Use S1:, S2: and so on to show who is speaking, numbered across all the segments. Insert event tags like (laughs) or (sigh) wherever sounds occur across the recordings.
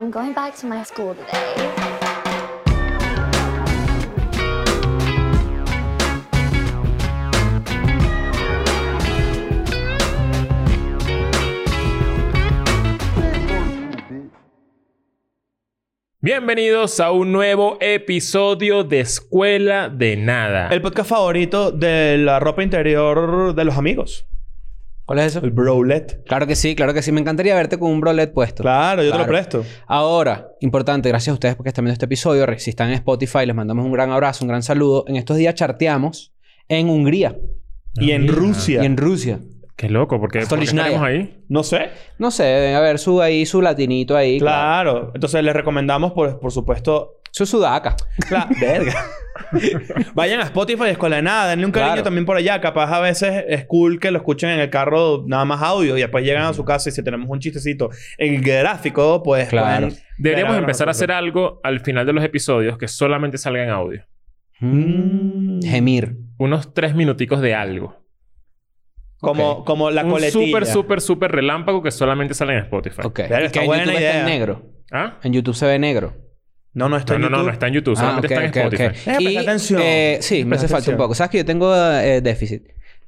S1: I'm going back to my school today.
S2: Bienvenidos a un nuevo episodio de Escuela de Nada.
S3: El podcast favorito de la ropa interior de los amigos.
S4: ¿Cuál es eso?
S3: El browlet.
S4: Claro que sí, claro que sí. Me encantaría verte con un brolet puesto.
S3: Claro, yo te lo
S4: Claro.
S3: presto.
S4: Ahora, importante, gracias a ustedes porque están viendo este episodio. Re- Si están en Spotify, les mandamos un gran abrazo, un gran saludo. En estos días charteamos en Hungría
S3: Y en
S2: mira.
S3: Rusia.
S4: y en Rusia.
S2: Qué loco, porque ¿por qué
S4: Stolichnaya.
S2: estaremos ahí?
S3: No sé.
S4: No sé, deben haber su ahí, su latinito ahí.
S3: Claro. Entonces les recomendamos, por, por supuesto.
S4: Su sudaca.
S3: Claro. Verga. Vayan a Spotify, Escuela de Nada. Denle un cariño
S4: Claro.
S3: también por allá. Capaz a veces es cool que lo escuchen en el carro nada más audio y después llegan a su casa y si tenemos un chistecito en gráfico, pues.
S4: Claro.
S3: pueden-
S2: Deberíamos
S3: Verá,
S2: empezar a
S3: no,
S2: hacer algo al final de los episodios que solamente salga en audio.
S3: Mm.
S4: Gemir.
S2: Unos tres minuticos de algo.
S3: Como,
S4: Ok.
S3: como la
S2: un
S3: coletilla.
S2: súper, súper, súper relámpago que solamente sale en Spotify.
S4: Ok.
S3: Verga,
S4: Y
S3: Pues, está
S4: que en
S3: buena
S4: YouTube está
S3: idea.
S4: en negro.
S2: ¿Ah?
S4: En YouTube se ve negro.
S3: No, no, está
S2: No,
S3: en
S2: no, no,
S3: YouTube.
S2: no está en YouTube,
S4: Ah,
S2: solamente
S4: ok,
S2: está en
S4: ok, ok.
S2: Spotify.
S3: Eh, presta atención.
S4: eh, sí, me
S3: Presta
S4: hace falta
S3: atención.
S4: un poco. Sabes que yo tengo eh, déficit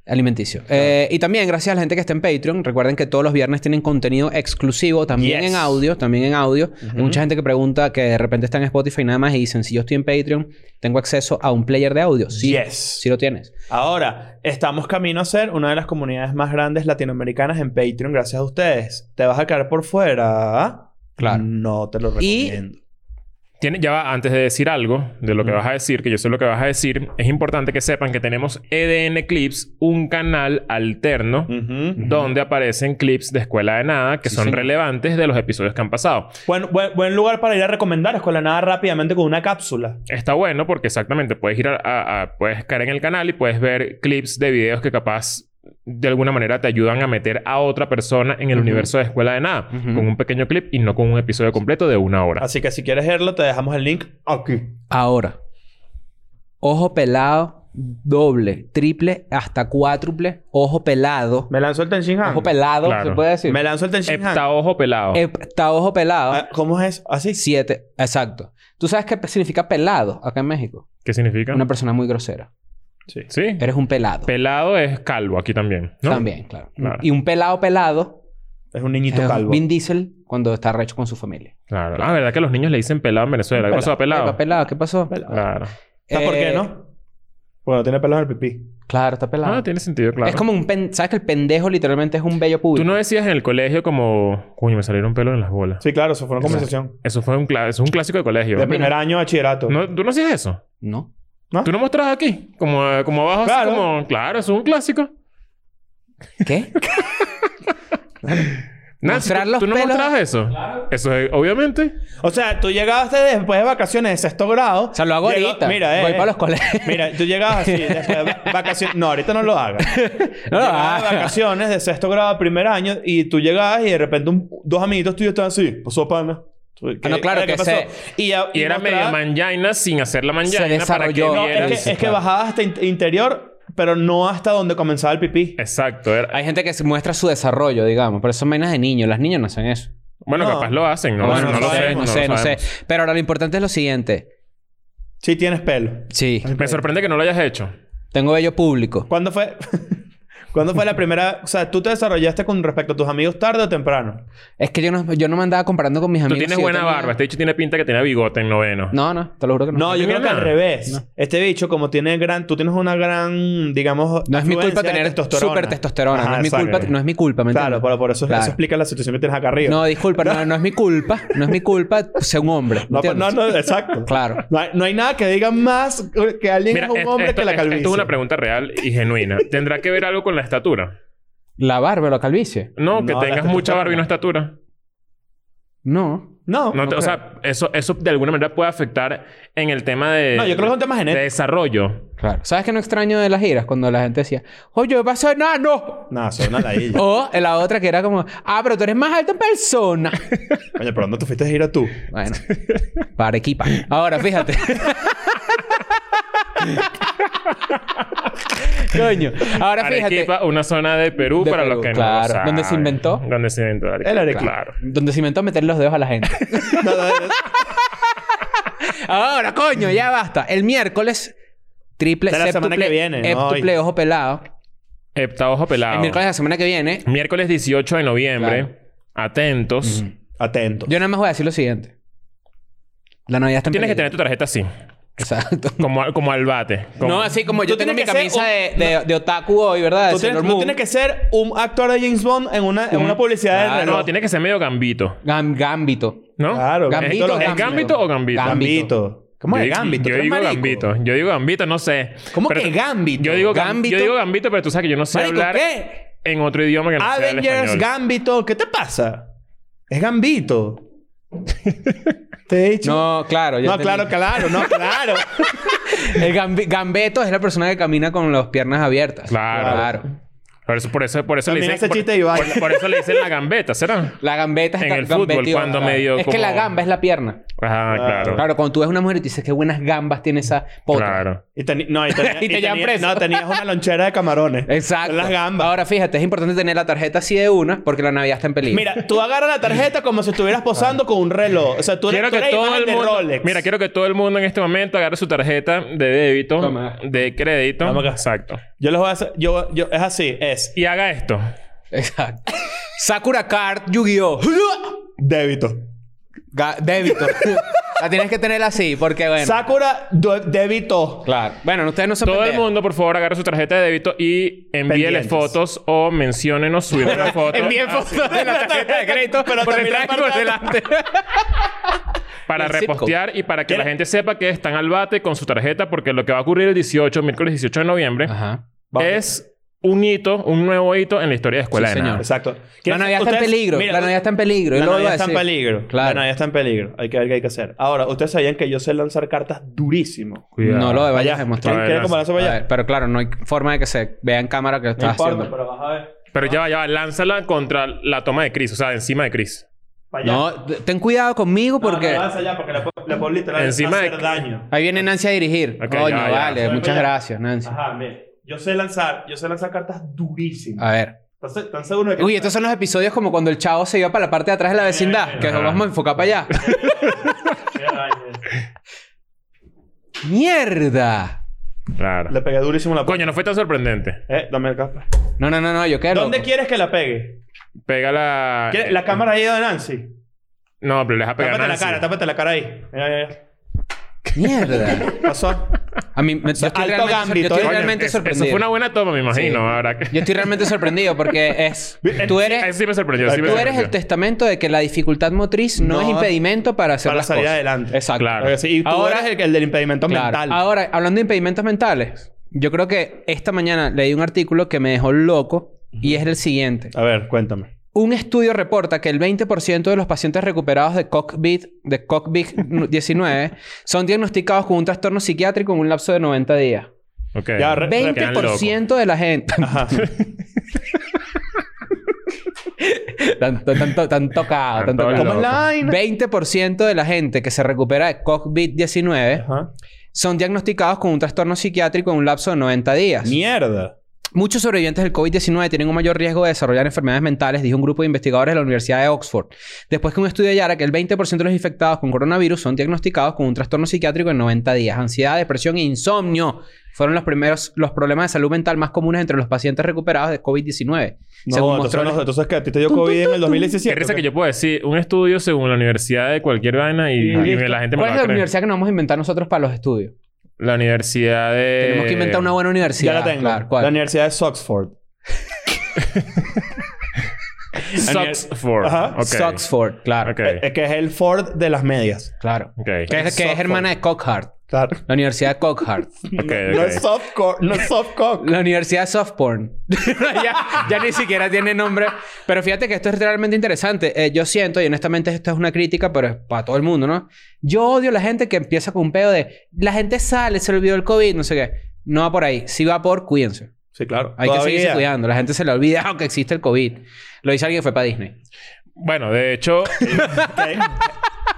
S4: alimenticio. Eh, y también gracias a la gente que está en Patreon. Recuerden que todos los viernes tienen contenido exclusivo, también
S3: Yes.
S4: en audio, también en audio. Hay mucha gente que pregunta que de repente está en Spotify nada más y dicen, si yo estoy en Patreon, tengo acceso a un player de audio. Sí,
S3: Yes.
S4: sí lo tienes.
S3: Ahora, estamos camino a ser una de las comunidades más grandes latinoamericanas en Patreon, gracias a ustedes. ¿Te vas a quedar por fuera?
S4: Claro.
S3: No te lo
S4: Y-
S3: recomiendo.
S2: Tiene- ya va, antes de decir algo de lo que vas a decir, que yo sé lo que vas a decir, es importante que sepan que tenemos EDN Clips, un canal alterno
S3: Ujú.
S2: donde aparecen clips de Escuela de Nada que
S4: Sí,
S2: son
S4: señor.
S2: relevantes de los episodios que han pasado.
S3: Buen, buen- buen lugar para ir a recomendar Escuela de Nada rápidamente con una cápsula.
S2: Está bueno porque exactamente puedes ir a, a- a- puedes caer en el canal y puedes ver clips de videos que capaz de alguna manera te ayudan a meter a otra persona en el
S4: Ujú.
S2: universo de Escuela de Nada
S4: Ujú.
S2: con un pequeño clip y no con un episodio completo de una hora.
S3: Así que si quieres verlo, te dejamos el link aquí.
S4: Ahora, ojo pelado, doble, triple, hasta cuádruple, ojo pelado.
S3: Me lanzó el Tenshinhan.
S4: Ojo pelado,
S2: Claro.
S4: se puede decir.
S3: Me lanzó el Tenshinhan.
S2: Heptaojo pelado.
S4: Eh, Está ojo pelado.
S3: Ah, ¿Cómo es? ¿Así?
S4: Siete, exacto. ¿Tú sabes qué significa pelado acá en México?
S2: ¿Qué significa?
S4: Una persona muy grosera.
S3: Sí.
S2: Sí.
S4: Eres un pelado.
S2: Pelado es calvo aquí también, ¿no?
S4: También, claro.
S2: Claro.
S4: Y un pelado pelado
S3: Es un niñito
S4: es
S3: calvo.
S4: Vin Diesel cuando está recho con su familia.
S2: Claro. Ah, ¿verdad que los niños le dicen pelado en Venezuela? ¿Qué
S3: Pelado.
S2: pasó? Pelado.
S4: Epa, pelado, ¿qué pasó?
S3: Pelado.
S2: Claro.
S3: ¿Sabes por qué
S4: Eh,
S3: no? Bueno, tiene pelos en el pipí.
S4: Claro, está pelado.
S2: Ah, tiene sentido, claro.
S4: Es como un pen... ¿Sabes que el pendejo literalmente es un bello
S2: Tú
S4: público?
S2: no decías en el colegio como... Coño, me salieron pelos en las bolas.
S3: Sí, claro, eso fue una
S2: Exacto.
S3: conversación.
S2: Eso fue un, cla- eso es un clásico de colegio.
S3: De primer año de bachillerato.
S2: No, ¿Tú no hacías eso?
S4: No.
S2: ¿Tú no mostras aquí? Como, eh, como abajo, así
S3: Claro.
S2: como... Claro, eso es un clásico. (laughs)
S4: ¿Qué?
S2: Nancy,
S4: Mostrar
S2: ¿tú,
S4: los
S2: tú no
S4: pelos.
S2: mostras eso? Eso es... Obviamente.
S3: O sea, tú llegaste después de vacaciones de sexto grado.
S4: O sea, lo hago
S3: Llegó-
S4: ahorita.
S3: Mira, eh.
S4: Voy
S3: eh.
S4: para los colegios.
S3: Mira, tú llegabas
S4: (laughs)
S3: así, después de vacaciones. No, ahorita no lo hagas.
S4: no lo
S3: Llegabas de
S4: hagas.
S3: vacaciones de sexto grado, primer año, y tú llegabas y de repente un- dos amiguitos tuyos estaban así. Pasó pana. Tú, ¿qué-
S4: Ah, no, claro
S3: eh, ¿qué
S4: que
S3: pasó?
S4: sé.
S3: Y, ya-
S2: Y era
S3: mostraba-
S2: media manjaina sin hacer la manjaina.
S4: desarrolló.
S2: Para
S3: No,
S2: que vieras-
S3: es que, es que
S4: claro.
S3: bajabas hasta in- interior, pero no hasta donde comenzaba el pipí.
S2: Exacto. era-
S4: Hay gente que se muestra su desarrollo, digamos. Pero eso es vainas de niños. Las niñas no hacen eso.
S2: Bueno,
S3: No.
S2: capaz lo hacen. No,
S3: Bueno,
S2: no lo sé.
S3: sabemos,
S2: No,
S4: no sé,
S2: lo
S4: no sé.
S2: sabemos.
S4: Pero ahora lo importante es lo siguiente.
S3: Sí tienes pelo.
S4: Sí.
S2: Me sorprende que no lo hayas hecho.
S4: Tengo bello público.
S3: ¿Cuándo fue...? (laughs) ¿Cuándo fue la primera...? O sea, ¿tú te desarrollaste con respecto a tus amigos tarde o temprano?
S4: Es que yo no, yo no me andaba comparando con mis
S2: Tú
S4: amigos.
S2: tienes
S4: si yo
S2: buena
S4: tenía-
S2: barba. Este dicho tiene pinta que tenía bigote en noveno.
S4: No, no, te lo juro que no.
S3: No, yo
S2: tenía
S3: creo que al
S2: nada.
S3: revés. Este bicho, como tiene gran... Tú tienes una gran, digamos...
S4: No es mi culpa tener
S3: testosterona.
S4: súper testosterona.
S3: Ajá,
S4: no, es mi
S3: exacto.
S4: culpa, no es mi culpa, ¿me
S3: Claro,
S4: entiendes?
S3: por, por eso,
S4: Claro.
S3: eso explica la situación que tienes acá arriba.
S4: No, disculpa, no, no es mi culpa. No es mi culpa ser un hombre.
S3: No, pues,
S4: ¿me
S3: no,
S4: entiendes?
S3: no, exacto.
S4: (laughs) Claro.
S3: No hay, no hay nada que diga más que alguien
S2: Mira,
S3: es un
S2: es-
S3: hombre
S2: esto,
S3: que la
S2: es-
S3: calvicie.
S2: esto es una pregunta real y genuina. ¿Tendrá que ver algo con la estatura?
S4: La barba, la calvicie.
S2: No, que
S3: No, la
S2: tengas
S3: estatura
S2: mucha barba y
S3: no.
S2: no estatura.
S4: No.
S3: No,
S2: No
S3: no,
S2: te- o sea, eso, eso de alguna manera puede afectar en el tema de...
S3: yo creo que es un tema
S2: de
S3: genético.
S2: desarrollo.
S4: Claro. ¿Sabes qué no extraño de las giras? Cuando la gente decía, oye, yo paso enano.
S3: No, soy una ladilla.
S4: O la otra que era como, ah, pero tú eres más alto en persona.
S3: Oye, ¿pero dónde tú fuiste a ir a tú?
S4: Bueno, para equipa. Ahora, fíjate. Coño. (laughs) Ahora fíjate.
S2: Arequipa, una zona de Perú
S4: De
S2: para
S4: Perú,
S2: los que no
S4: claro.
S2: lo saben.
S4: ¿Dónde se inventó?
S2: Donde se inventó Arequipa.
S3: El Arequipa.
S2: Claro.
S4: Donde se inventó meter los dedos a la gente.
S3: No, no, no.
S4: Ahora, coño, ya basta. El miércoles, triple,
S3: De Mm. la semana
S4: septuple,
S3: que viene, no
S4: heptuple,
S3: hoy. Ah,
S4: ojo pelado.
S2: Hepta Ojo Pelado.
S4: El miércoles de la semana que viene,
S2: Miércoles 18 de noviembre.
S4: Claro.
S2: Atentos.
S3: Atento.
S4: yo nada más voy a decir lo siguiente. La Navidad está en
S2: Tienes que tener tu
S4: peligro.
S2: tarjeta así.
S4: Exacto.
S2: Como, al- como al bate. Como-
S4: No, así como yo
S3: Tú
S4: tengo mi
S3: tienes que
S4: camisa
S3: ser
S4: de, de- de otaku hoy, ¿verdad? De
S3: Tú tienes,
S4: Sailor
S3: tú
S4: Moon.
S3: tienes que ser un actor de James Bond en una, en una publicidad
S4: claro.
S3: de
S2: No,
S3: reloj.
S2: tiene que ser medio gambito.
S4: Gam- Gambito.
S2: ¿No?
S3: Claro,
S4: Gambito,
S3: Gambito.
S2: ¿Es gambito o gambito?
S4: Gam-
S3: Gambito. ¿Cómo
S2: Yo
S3: es
S2: di-
S3: Gambito?
S2: Yo
S3: ¿Tú eres
S2: digo
S3: marico?
S2: gambito. Yo digo gambito, no sé.
S4: ¿Cómo
S2: Pero-
S4: que Gambito?
S2: Yo digo gam-
S4: Gambito.
S2: Yo digo gambito, pero tú sabes que yo no sé
S4: Marico,
S2: hablar
S4: ¿qué?
S2: en otro idioma que no sea el
S3: Avengers,
S2: español.
S3: Gambito. ¿Qué te pasa? Es (laughs) Gambito. te he dicho.
S4: No, claro. ya
S3: No,
S4: entendí.
S3: claro, claro. No, claro.
S4: El gambi- gambeto es la persona que camina con las piernas abiertas.
S2: Claro.
S4: Claro.
S2: Por eso, por eso, por eso le
S3: También
S2: dicen...
S3: hace
S2: por-
S3: chiste Ibai.
S2: por- por eso le dicen la gambeta,
S3: (laughs)
S2: ¿será?
S4: La gambeta
S2: En
S4: está
S2: el fútbol,
S4: gambeteada,
S2: cuando
S4: claro.
S2: medio
S4: Es
S2: como-
S4: que la gamba es la pierna.
S2: Ah, claro.
S4: Claro, cuando tú ves una mujer y te dices qué buenas gambas tiene esa potra.
S2: Claro.
S3: (laughs) Y teni- no, (laughs) y, tenía-
S4: Y te llevan
S3: tenía-
S4: preso.
S3: No, tenías una lonchera de camarones.
S4: Exacto.
S3: Con las gambas.
S4: Ahora fíjate, es importante tener la tarjeta así de una porque la Navidad está en peligro.
S3: Mira, tú agarras la tarjeta como si estuvieras posando con un reloj. O sea, tú eres,
S2: Quiero
S3: tú
S2: que
S3: eres
S2: todo
S3: imagen
S2: el
S3: de
S2: mundo...
S3: Rolex.
S2: Mira, quiero que todo el mundo en este momento agarre su tarjeta de débito,
S4: Toma.
S2: de crédito.
S3: Vamos acá.
S2: Exacto.
S3: Yo les voy a hacer... Yo, yo, es así. Es
S2: Y haga esto.
S4: Exacto. Sakura Card Yu-Gi-Oh!
S3: débito.
S4: Ga- Débito. la tienes que tener así porque, bueno.
S3: Sakura, do- débito.
S4: claro. Bueno, ustedes no se
S2: Todo el
S4: pendejos.
S2: mundo, por favor, agarre su tarjeta de débito y envíele
S3: Pendientes.
S2: fotos o menciónenos
S3: (laughs)
S2: subiendo una foto.
S4: Envíen
S2: a-
S4: fotos de la tarjeta de crédito
S3: Pero
S4: por
S3: también
S4: detrás y por
S3: apartado.
S4: delante.
S2: para
S4: El zip code.
S2: repostear y para que la
S3: ¿Quieres?
S2: gente sepa que están al bate con su tarjeta, porque lo que va a ocurrir el 18, miércoles 18 de noviembre,
S4: Ajá.
S2: es un hito, un nuevo hito en la historia de Escuela
S4: Sí,
S2: de Nada.
S4: señor.
S3: Exacto.
S4: La Navidad está en peligro. La Navidad está en peligro. Yo
S3: La
S4: lo voy
S3: Navidad
S4: a
S3: está en
S4: decir.
S3: peligro.
S4: Claro.
S3: La Navidad está en peligro. Hay que ver qué hay que hacer. Ahora, ustedes sabían que yo sé lanzar cartas durísimo.
S2: Cuidado.
S4: No lo
S3: Vaya,
S4: vayas a demostrar.
S2: A ver,
S3: ¿Quieren quieren
S2: lanza.
S3: comparazo para
S4: A
S3: allá?
S4: ver, pero claro, no hay forma de que se vea en cámara que lo
S3: No
S4: estás
S3: importa,
S4: haciendo.
S3: pero vas a ver.
S2: Pero ya va, ya va. Lánzala contra la toma de Chris. O sea, encima de Chris.
S3: Para allá.
S4: No, t- ten cuidado conmigo
S3: No,
S4: porque
S3: no, lanza allá porque la puedo- la puedo literal
S2: Encima de-
S3: hacer daño.
S4: ahí viene Nancy a dirigir.
S2: Ok,
S4: Coño,
S2: ya, ya.
S4: vale.
S3: Bueno,
S4: Muchas
S3: ya.
S4: gracias, Nancy.
S3: Ajá, mire. Yo sé lanzar, yo sé lanzar cartas durísimas.
S4: A ver.
S3: ¿Estás se- están seguros de que
S4: Ah.
S3: (laughs)
S4: Uy, estos son los episodios como cuando el chavo se iba para la parte de atrás de la vecindad. Que nos vamos a enfocar para allá.
S3: Mira, vaya.
S4: ¡Mierda!
S2: Claro.
S3: Le pegué durísimo la
S2: Coño, no fue tan sorprendente.
S3: Eh, dame el capa.
S4: No, no, no, no. Yo qué
S3: ¿Dónde
S4: loco.
S3: quieres que la pegue?
S2: Pega la... eh,
S3: ¿Quieres- ¿La cámara ahí de Nancy?
S2: No, pero le deja pegar
S3: Tápate la
S2: Nancy.
S3: cara, tápate la cara ahí. Mira, mira, mira.
S4: ¡Mierda!
S3: Pasó.
S4: (laughs) A mí me, yo estoy
S3: alto
S4: realmente, sor-
S3: gambito,
S4: yo estoy
S3: ¿eh?
S2: Coño,
S4: realmente
S2: es-
S4: sorprendido.
S2: Eso fue una buena toma, me imagino.
S4: Sí.
S2: Ahora que...
S4: Yo estoy realmente sorprendido porque es...
S2: (laughs)
S4: Tú
S2: Ahí
S4: eres...
S2: sí me sorprendió. sí me
S4: Tú eres el
S2: sorprendió.
S4: testamento de que la dificultad motriz no,
S3: No,
S4: es impedimento para hacer
S3: para
S4: las
S3: salir
S4: cosas.
S3: adelante.
S4: Exacto.
S2: Claro.
S3: Porque sí, Y tú
S4: Ahora-
S3: eres el, el del impedimento
S4: Claro.
S3: mental.
S4: Ahora, hablando de impedimentos mentales, yo creo que esta mañana leí un artículo que me dejó loco y es el siguiente.
S3: A ver, cuéntame.
S4: Un estudio reporta que el 20% de los pacientes recuperados de COVID,
S3: (laughs)
S4: de COVID-19 son diagnosticados con un trastorno psiquiátrico en un lapso de 90 días.
S2: Ok.
S3: Ya, re-
S4: 20% de la gente.
S3: Ajá.
S4: (laughs) tan, tan- tan- tan tocado, tan
S2: Tanto
S4: tocado.
S2: loco.
S3: ¿Cómo es la vaina?
S4: 20% de la gente que se recupera de COVID-19
S3: Ajá.
S4: son diagnosticados con un trastorno psiquiátrico en un lapso de 90 días.
S3: Mierda.
S4: Muchos sobrevivientes del COVID-19 tienen un mayor riesgo de desarrollar enfermedades mentales, dijo un grupo de investigadores de la Universidad de Oxford, después que un estudio hallara que el 20% de los infectados con coronavirus son diagnosticados con un trastorno psiquiátrico en 90 días. Ansiedad, depresión e insomnio fueron los primeros los problemas de salud mental más comunes entre los pacientes recuperados de COVID-19.
S3: No,
S4: según mostró
S3: entonces,
S4: la-
S3: no, entonces que a ti te dio COVID en el 2017.
S2: Qué risa que yo puedo decir un estudio según la universidad de cualquier vaina y,
S3: Y
S2: y
S3: listo.
S2: la gente me
S4: ¿Cuál
S2: lo
S4: es
S2: va
S4: la
S2: a creer.
S4: universidad que nos vamos a inventar nosotros para los estudios?
S2: La universidad de...
S4: Tenemos que inventar una buena universidad.
S3: Eh, Ya la tengo.
S4: Claro,
S3: La
S4: ¿cuál?
S3: Universidad de Soxford.
S2: Soxford.
S3: Ajá. Eh,
S2: Ok.
S4: Soxford, claro.
S2: Ok.
S3: Es que es el Ford de las medias.
S4: Claro.
S2: Ok.
S4: Que es, que es
S3: Soxford.
S4: hermana de Cockhart.
S3: Claro.
S4: La Universidad
S3: (laughs)
S4: de Cockhart.
S2: Ok,
S3: No
S2: ok.
S3: es softcore, no es softcore.
S4: La Universidad Soft Porn. (laughs) ya, ya ni siquiera tiene nombre. Pero fíjate que esto es realmente interesante. Eh, yo siento, y honestamente esto es una crítica, pero es para todo el mundo, ¿no? Yo odio la gente que empieza con un pedo de la gente sale, se le olvidó el COVID, no sé qué. No va por ahí. Si va por, cuídense.
S3: Sí, claro.
S4: Hay que
S3: Todavía. (laughs)
S4: seguirse cuidando. La gente se le ha (laughs) olvidado que existe el COVID. Lo dice alguien que fue para Disney.
S3: (laughs)
S2: Bueno, de hecho,
S3: Que,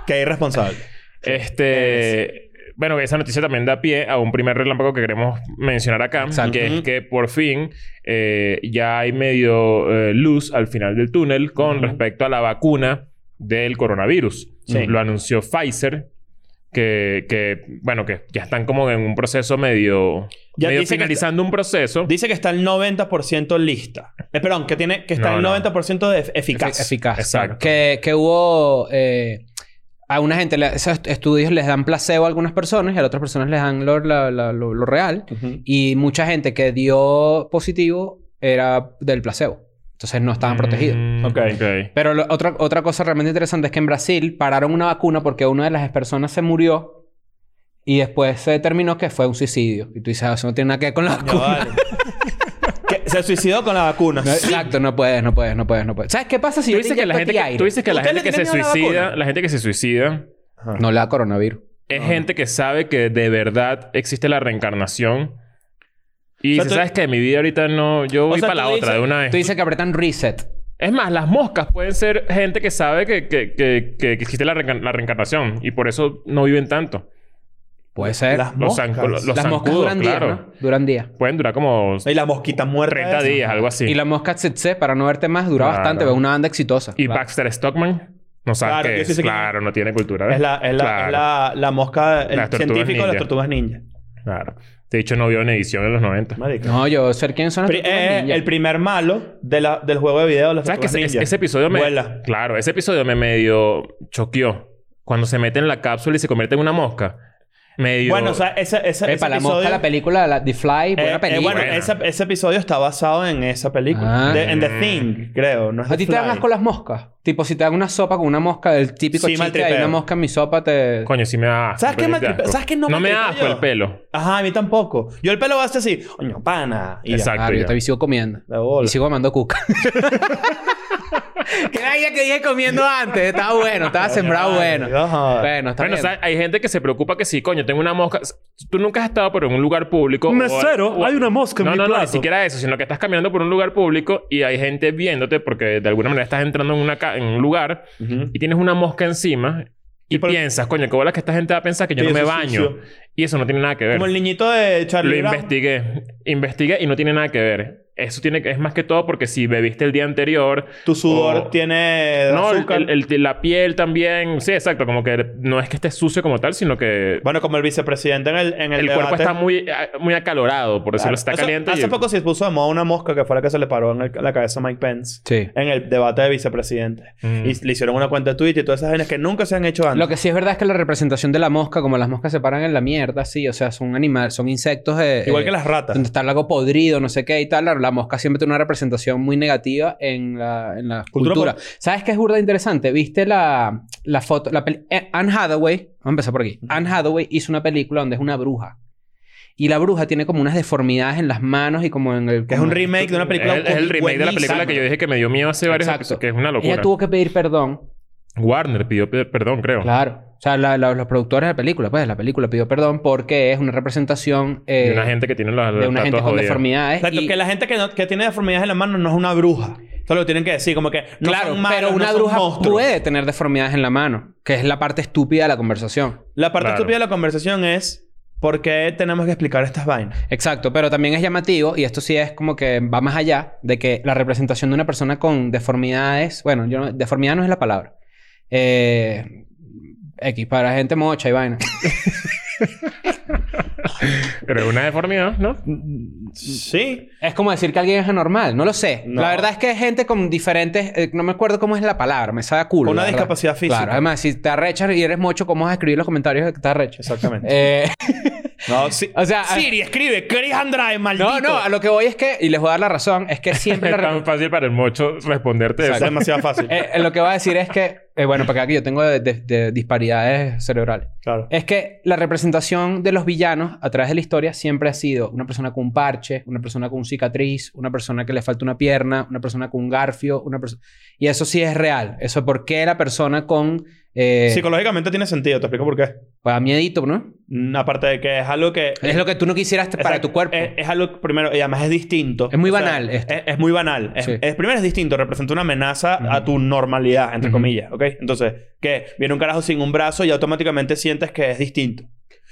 S3: que irresponsable.
S2: este... bueno, esa noticia también da pie a un primer relámpago que queremos mencionar acá,
S4: Exacto.
S2: que es
S3: Ujú.
S2: que por fin eh, ya hay medio eh, luz al final del túnel con
S3: Ujú.
S2: respecto a la vacuna del coronavirus.
S3: Sí.
S2: Lo anunció Pfizer, que, que, bueno, que ya están como en un proceso medio,
S3: Ya
S2: medio
S3: dice que-
S2: finalizando un proceso.
S3: Dice que está el 90% lista. Eh, perdón, que tiene que está
S2: No,
S3: el
S2: no.
S3: 90% de ef- eficaz.
S4: Efi- Eficaz.
S2: Exacto.
S4: Que, que hubo... eh, a una gente, le- esos est- estudios les dan placebo a algunas personas y a otras personas les dan lo, la- la- lo- lo real.
S3: Ujú.
S4: Y mucha gente que dio positivo era del placebo. Entonces no estaban protegidos.
S2: Mm,
S3: Ok.
S2: ok.
S4: Pero lo- otra, otra cosa realmente interesante es que en Brasil pararon una vacuna porque una de las personas se murió y después se determinó que fue un suicidio. Y tú dices, "Ah, eso no tiene nada que ver con la
S3: Ya
S4: vacuna. (laughs)
S3: vale. (laughs) Que se suicidó con la vacuna.
S4: No, exacto, no puedes, no puedes, no puedes, no puedes. ¿Sabes qué pasa
S2: Tú
S4: si yo
S2: dices
S4: te
S2: que la
S4: inyecto
S2: gente
S4: aquí
S2: que,
S4: aire?
S2: tú dices que la
S3: ¿Usted le
S2: gente que se
S3: tiene miedo a la
S2: suicida,
S3: vacuna?
S2: la gente que se suicida
S3: Ajá.
S4: No le da coronavirus.
S2: es
S3: Ah.
S2: gente que sabe que de verdad existe la reencarnación. Y
S3: O sea,
S2: dice,
S3: tú-
S2: sabes que mi vida ahorita no, yo voy
S3: sea,
S2: para la
S3: tú dices-
S2: otra de una vez.
S4: Tú dices que apretan reset.
S2: Es más, las moscas pueden ser gente que sabe que, que, que, que existe la, reenca- la reencarnación y por eso no viven tanto.
S4: Puede ser.
S3: Las
S2: Los,
S3: moscas.
S2: zancu- los
S4: Las moscas
S2: zancudos,
S4: duran días,
S2: claro.
S4: ¿no? Duran días.
S2: Pueden durar como
S3: Y la mosquita muerta.
S2: 30
S3: esa.
S2: días, algo así.
S4: Y
S2: Y,
S4: la mosca tsetse, para no verte más, dura
S2: Claro.
S4: bastante. Es una banda exitosa. Claro.
S2: Baxter Stockman, no sabes
S3: Claro,
S2: qué
S3: yo sí
S2: es.
S3: sé quién es.
S2: claro, no tiene cultura. ¿ves?
S3: Es la, es la,
S2: Claro.
S3: es la, la mosca, el
S2: Las tortugas
S3: científico de las
S2: ninja.
S3: tortugas ninja.
S2: Claro. Te he dicho, no vio en edición en los 90.
S3: Marica.
S4: No, yo ser quién son las
S3: Pri-
S4: tortugas
S3: eh,
S4: ninja.
S3: el primer malo de la- del juego de video de las
S2: ¿Sabes que
S3: tortugas
S2: ese,
S3: ninja.
S2: ese episodio me...
S3: Vuela.
S2: Claro, ese episodio me medio choqueó. Cuando se mete en la cápsula y se convierte en una mosca. Medio...
S3: Bueno, o sea, ese, ese, ese
S4: Epa, la mosca,
S3: episodio...
S4: la película, la, The Fly,
S3: Eh,
S4: buena
S3: eh,
S4: película.
S3: bueno,
S2: Buena.
S3: ese, ese episodio está basado en esa película.
S4: Ah.
S3: De- en The Thing, creo. No es
S4: ¿A
S3: The
S4: ti te dan
S3: Fly.
S4: asco las moscas? Tipo, si te dan una sopa con una mosca, el típico
S3: Sí,
S4: chiste
S3: maltripeo.
S4: hay una mosca en mi sopa, te...
S2: Coño, sí me da... asco,
S3: ¿Sabes qué
S2: pero
S3: me
S2: sí te da
S3: tripe-
S2: asco.
S3: ¿Sabes qué no
S2: No
S3: me
S2: me da
S3: tripe
S2: asco
S3: yo?
S2: el pelo.
S3: Ajá, a mí tampoco. Yo el pelo va hasta así. Oño, pana. Y ya.
S2: Exacto.
S4: Ah, yo
S2: ya.
S4: te sigo comiendo.
S3: De bola.
S4: Y sigo
S3: (laughs)
S4: mamando cuca. ¿Qué era ella que dije comiendo antes? Estaba bueno, estaba sembrado bueno.
S3: Ajá.
S4: Bueno, está
S2: Bueno,
S4: bien.
S2: ¿sabes? hay gente que se preocupa que sí, coño, tengo una mosca. Tú nunca has estado por un lugar público. o- o-
S5: una mosca
S2: No, no, no, ni siquiera eso, sino que estás caminando por un lugar público y hay gente viéndote porque de alguna manera estás entrando en, una ca- en un lugar
S3: Ujú.
S2: y tienes una mosca encima y,
S3: Y por-
S2: piensas, coño, qué bola que esta gente va a pensar que yo
S3: Sí,
S2: no me
S3: eso es
S2: baño.
S3: sucio.
S2: Y eso no tiene nada que ver.
S3: Como el niñito de
S2: Lo
S3: Charlie Brown.
S2: investigué. Investigué y no tiene nada que ver. Eso tiene que... Es más que todo porque si bebiste el día anterior...
S3: Tu sudor
S2: o-
S3: tiene
S2: No, el-
S3: azúcar.
S2: el- el- la piel también... Sí, exacto. Como que no es que esté sucio como tal, sino que...
S3: Bueno, como el vicepresidente en el, en el
S2: el cuerpo
S3: debate.
S2: está muy, ah, muy acalorado, por decirlo.
S3: Claro.
S2: Está
S3: Hace-
S2: caliente
S3: Hace,
S2: y-
S3: poco se puso de moda una mosca que fue la que se le paró en el- la cabeza a Mike Pence.
S4: Sí.
S3: En el debate de vicepresidente.
S2: Mm.
S3: Y le hicieron una cuenta de Twitter y todas esas vainas que nunca se han hecho antes.
S4: Lo que sí es verdad es que la representación de la mosca, como las moscas se paran en la mierda, sí. O sea, son animales, son insectos de...
S3: Igual
S4: eh,
S3: que las ratas.
S2: Mm.
S4: Donde está el lago podrido, no sé qué y tal. La, la mosca siempre tiene una representación muy negativa en la, en la
S3: Cultura
S4: cultura. ¿Sabes qué es burda interesante? ¿Viste la, la foto? La peli- eh, Anne Hathaway, vamos a empezar por aquí. Anne Hathaway hizo una película donde es una bruja. Y la bruja tiene como unas deformidades en las manos y como en el...
S3: Que es un
S4: como-
S3: remake de una
S2: Es
S3: película.
S2: el, es el remake de la película
S3: buenísima.
S2: que yo dije que me dio miedo hace varios
S4: Exacto.
S2: años, que es una locura.
S4: Ella tuvo que pedir perdón.
S2: Warner pidió pe- perdón, creo.
S4: Claro. O sea, la- la- los productores de la película, pues, la película pidió perdón porque es una representación eh,
S2: de una gente que tiene los,
S4: de una gente con deformidades.
S3: Exacto,
S4: y-
S3: que la gente que, no- que tiene deformidades en la mano no es una bruja. Eso lo tienen que decir, como que no
S4: claro,
S3: son malos,
S4: pero una
S3: no son
S4: bruja
S3: monstruos.
S4: puede tener deformidades en la mano, que es la parte estúpida de la conversación.
S3: La parte
S2: Claro.
S3: estúpida de la conversación es por qué tenemos que explicar estas vainas.
S4: Exacto, pero también es llamativo, y esto sí es como que va más allá, de que la representación de una persona con deformidades, bueno, yo no- deformidad no es la palabra. Eh, X, para gente mocha
S3: (laughs)
S4: y vaina.
S2: Pero es una deformidad, ¿no?
S3: Sí.
S4: Es como decir que alguien es anormal, no lo sé.
S3: No.
S4: La verdad es que hay gente con diferentes, eh, no me acuerdo cómo es la palabra, me sabe a culo.
S3: Una
S4: la verdad.
S3: discapacidad física.
S4: Claro, además, si te arrechas y eres mocho, ¿cómo vas a escribir en los comentarios de que te arrechas?
S3: Exactamente.
S4: Eh, (laughs)
S3: no, sí.
S4: o sea,
S3: Siri, escribe, Chris Andrade, maldito.
S4: No, no, a lo que voy es que, y les voy a dar la razón, es que
S2: Es
S3: (laughs)
S4: siempre la
S2: tan
S4: re-
S2: fácil para el mocho responderte
S3: Es
S2: eso.
S3: demasiado fácil.
S4: (laughs) Eh, eh, lo que voy a decir es que, eh, bueno, porque aquí yo tengo de- de- de disparidades cerebrales.
S3: claro.
S4: Es que la representación de los villanos a través de la historia siempre ha sido una persona con un parche, una persona con cicatriz, una persona que le falta una pierna, una persona con un garfio, una persona... Y eso sí es real. Eso porque la persona con... Eh,
S3: Psicológicamente tiene sentido, te explico por qué.
S4: pues, da miedito, ¿no?
S3: Mm, Aparte de que es algo que.
S4: Es lo que tú no quisieras para
S3: Exacto. Eh,
S4: tu cuerpo.
S3: Es, es algo, que primero, y además es distinto.
S4: Es muy
S3: O sea,
S4: banal esto.
S3: Es, es muy banal. Es-
S4: Sí.
S3: es- primero es distinto, representa una amenaza a tu normalidad, entre
S4: Ujú.
S3: comillas, ¿ok? Entonces, que viene un carajo sin un brazo y automáticamente sientes que es distinto.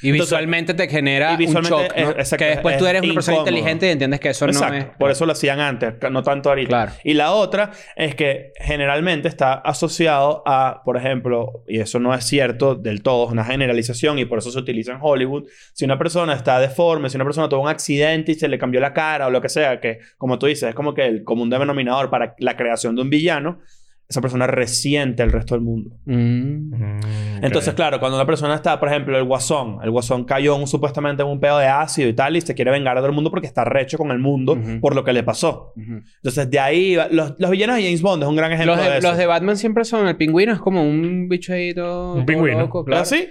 S4: Y
S3: Entonces,
S4: visualmente te genera
S3: y visualmente
S4: un shock, ¿no?
S3: es- exacto,
S4: que después tú
S3: es
S4: eres una persona
S3: incómodo.
S4: inteligente y entiendes que eso
S3: Exacto.
S4: no es...
S3: Por eso lo hacían antes, no tanto ahorita.
S4: Claro.
S3: Y la otra es que generalmente está asociado a, por ejemplo, y eso no es cierto del todo, es una generalización y por eso se utiliza en Hollywood, si una persona está deforme, si una persona tuvo un accidente y se le cambió la cara o lo que sea, que como tú dices, es como que el común denominador para la creación de un villano, esa persona resiente al resto del mundo.
S4: Mm.
S3: Entonces, claro, cuando una persona está, por ejemplo, el guasón, el guasón cayó en un- supuestamente en un pedo de ácido y tal, y se quiere vengar del mundo porque está recho con el mundo
S4: Ujú.
S3: por lo que le pasó.
S4: Ujú.
S3: Entonces, de ahí, va- los, los villanos de James Bond es un gran ejemplo
S4: Los
S3: de
S4: de,
S3: eso. ¿Ah,
S4: los de Batman siempre son... El pingüino es como un bicho ahí todo...
S2: Un
S4: todo
S2: pingüino.
S4: loco, claro.
S3: ¿Ah, sí?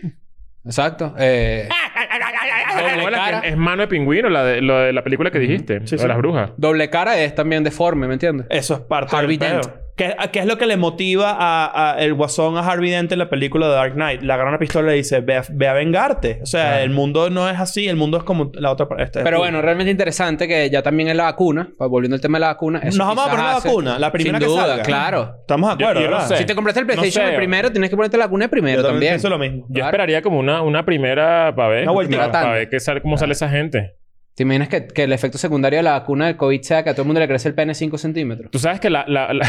S4: Exacto. Eh, doble, cara,
S2: es mano de pingüino, la de, lo de la película que dijiste,
S3: Sí,
S2: de
S3: sí.
S2: las brujas.
S4: doble cara es también deforme, ¿me entiendes?
S3: Eso es parte
S4: Harvey
S3: del pedo.
S4: Dent.
S3: ¿Qué, a- qué es lo que le motiva a, a el guasón a Harvey Dent en la película de Dark Knight? La gran pistola y le dice, ve a, ve a vengarte. O sea,
S2: Claro.
S3: el mundo no es así. El mundo es como la otra este, parte.
S4: Pero bueno, realmente interesante que ya también en la vacuna, pues, volviendo al tema de la vacuna. eso
S3: Nos vamos a
S4: quizás
S3: poner la
S4: hace-
S3: vacuna, la primera
S4: Sin
S3: que
S4: duda,
S3: salga.
S4: claro.
S3: Estamos de acuerdo,
S2: Yo- yo no
S3: ¿verdad?
S2: sé.
S4: Si te compraste el PlayStation
S2: sé.
S4: el primero, tienes que ponerte la vacuna primero
S3: Yo también
S4: también.
S3: pienso lo mismo.
S2: Yo
S4: Claro.
S2: esperaría como una, una primera para ver.
S3: Una vuelta.
S2: Para, para ver qué sale, cómo sale esa gente.
S4: ¿Te imaginas que, que el efecto secundario de la vacuna del COVID sea que a todo el mundo le crece el pene 5 centímetros?
S2: Tú sabes que la, la- (laughs) la-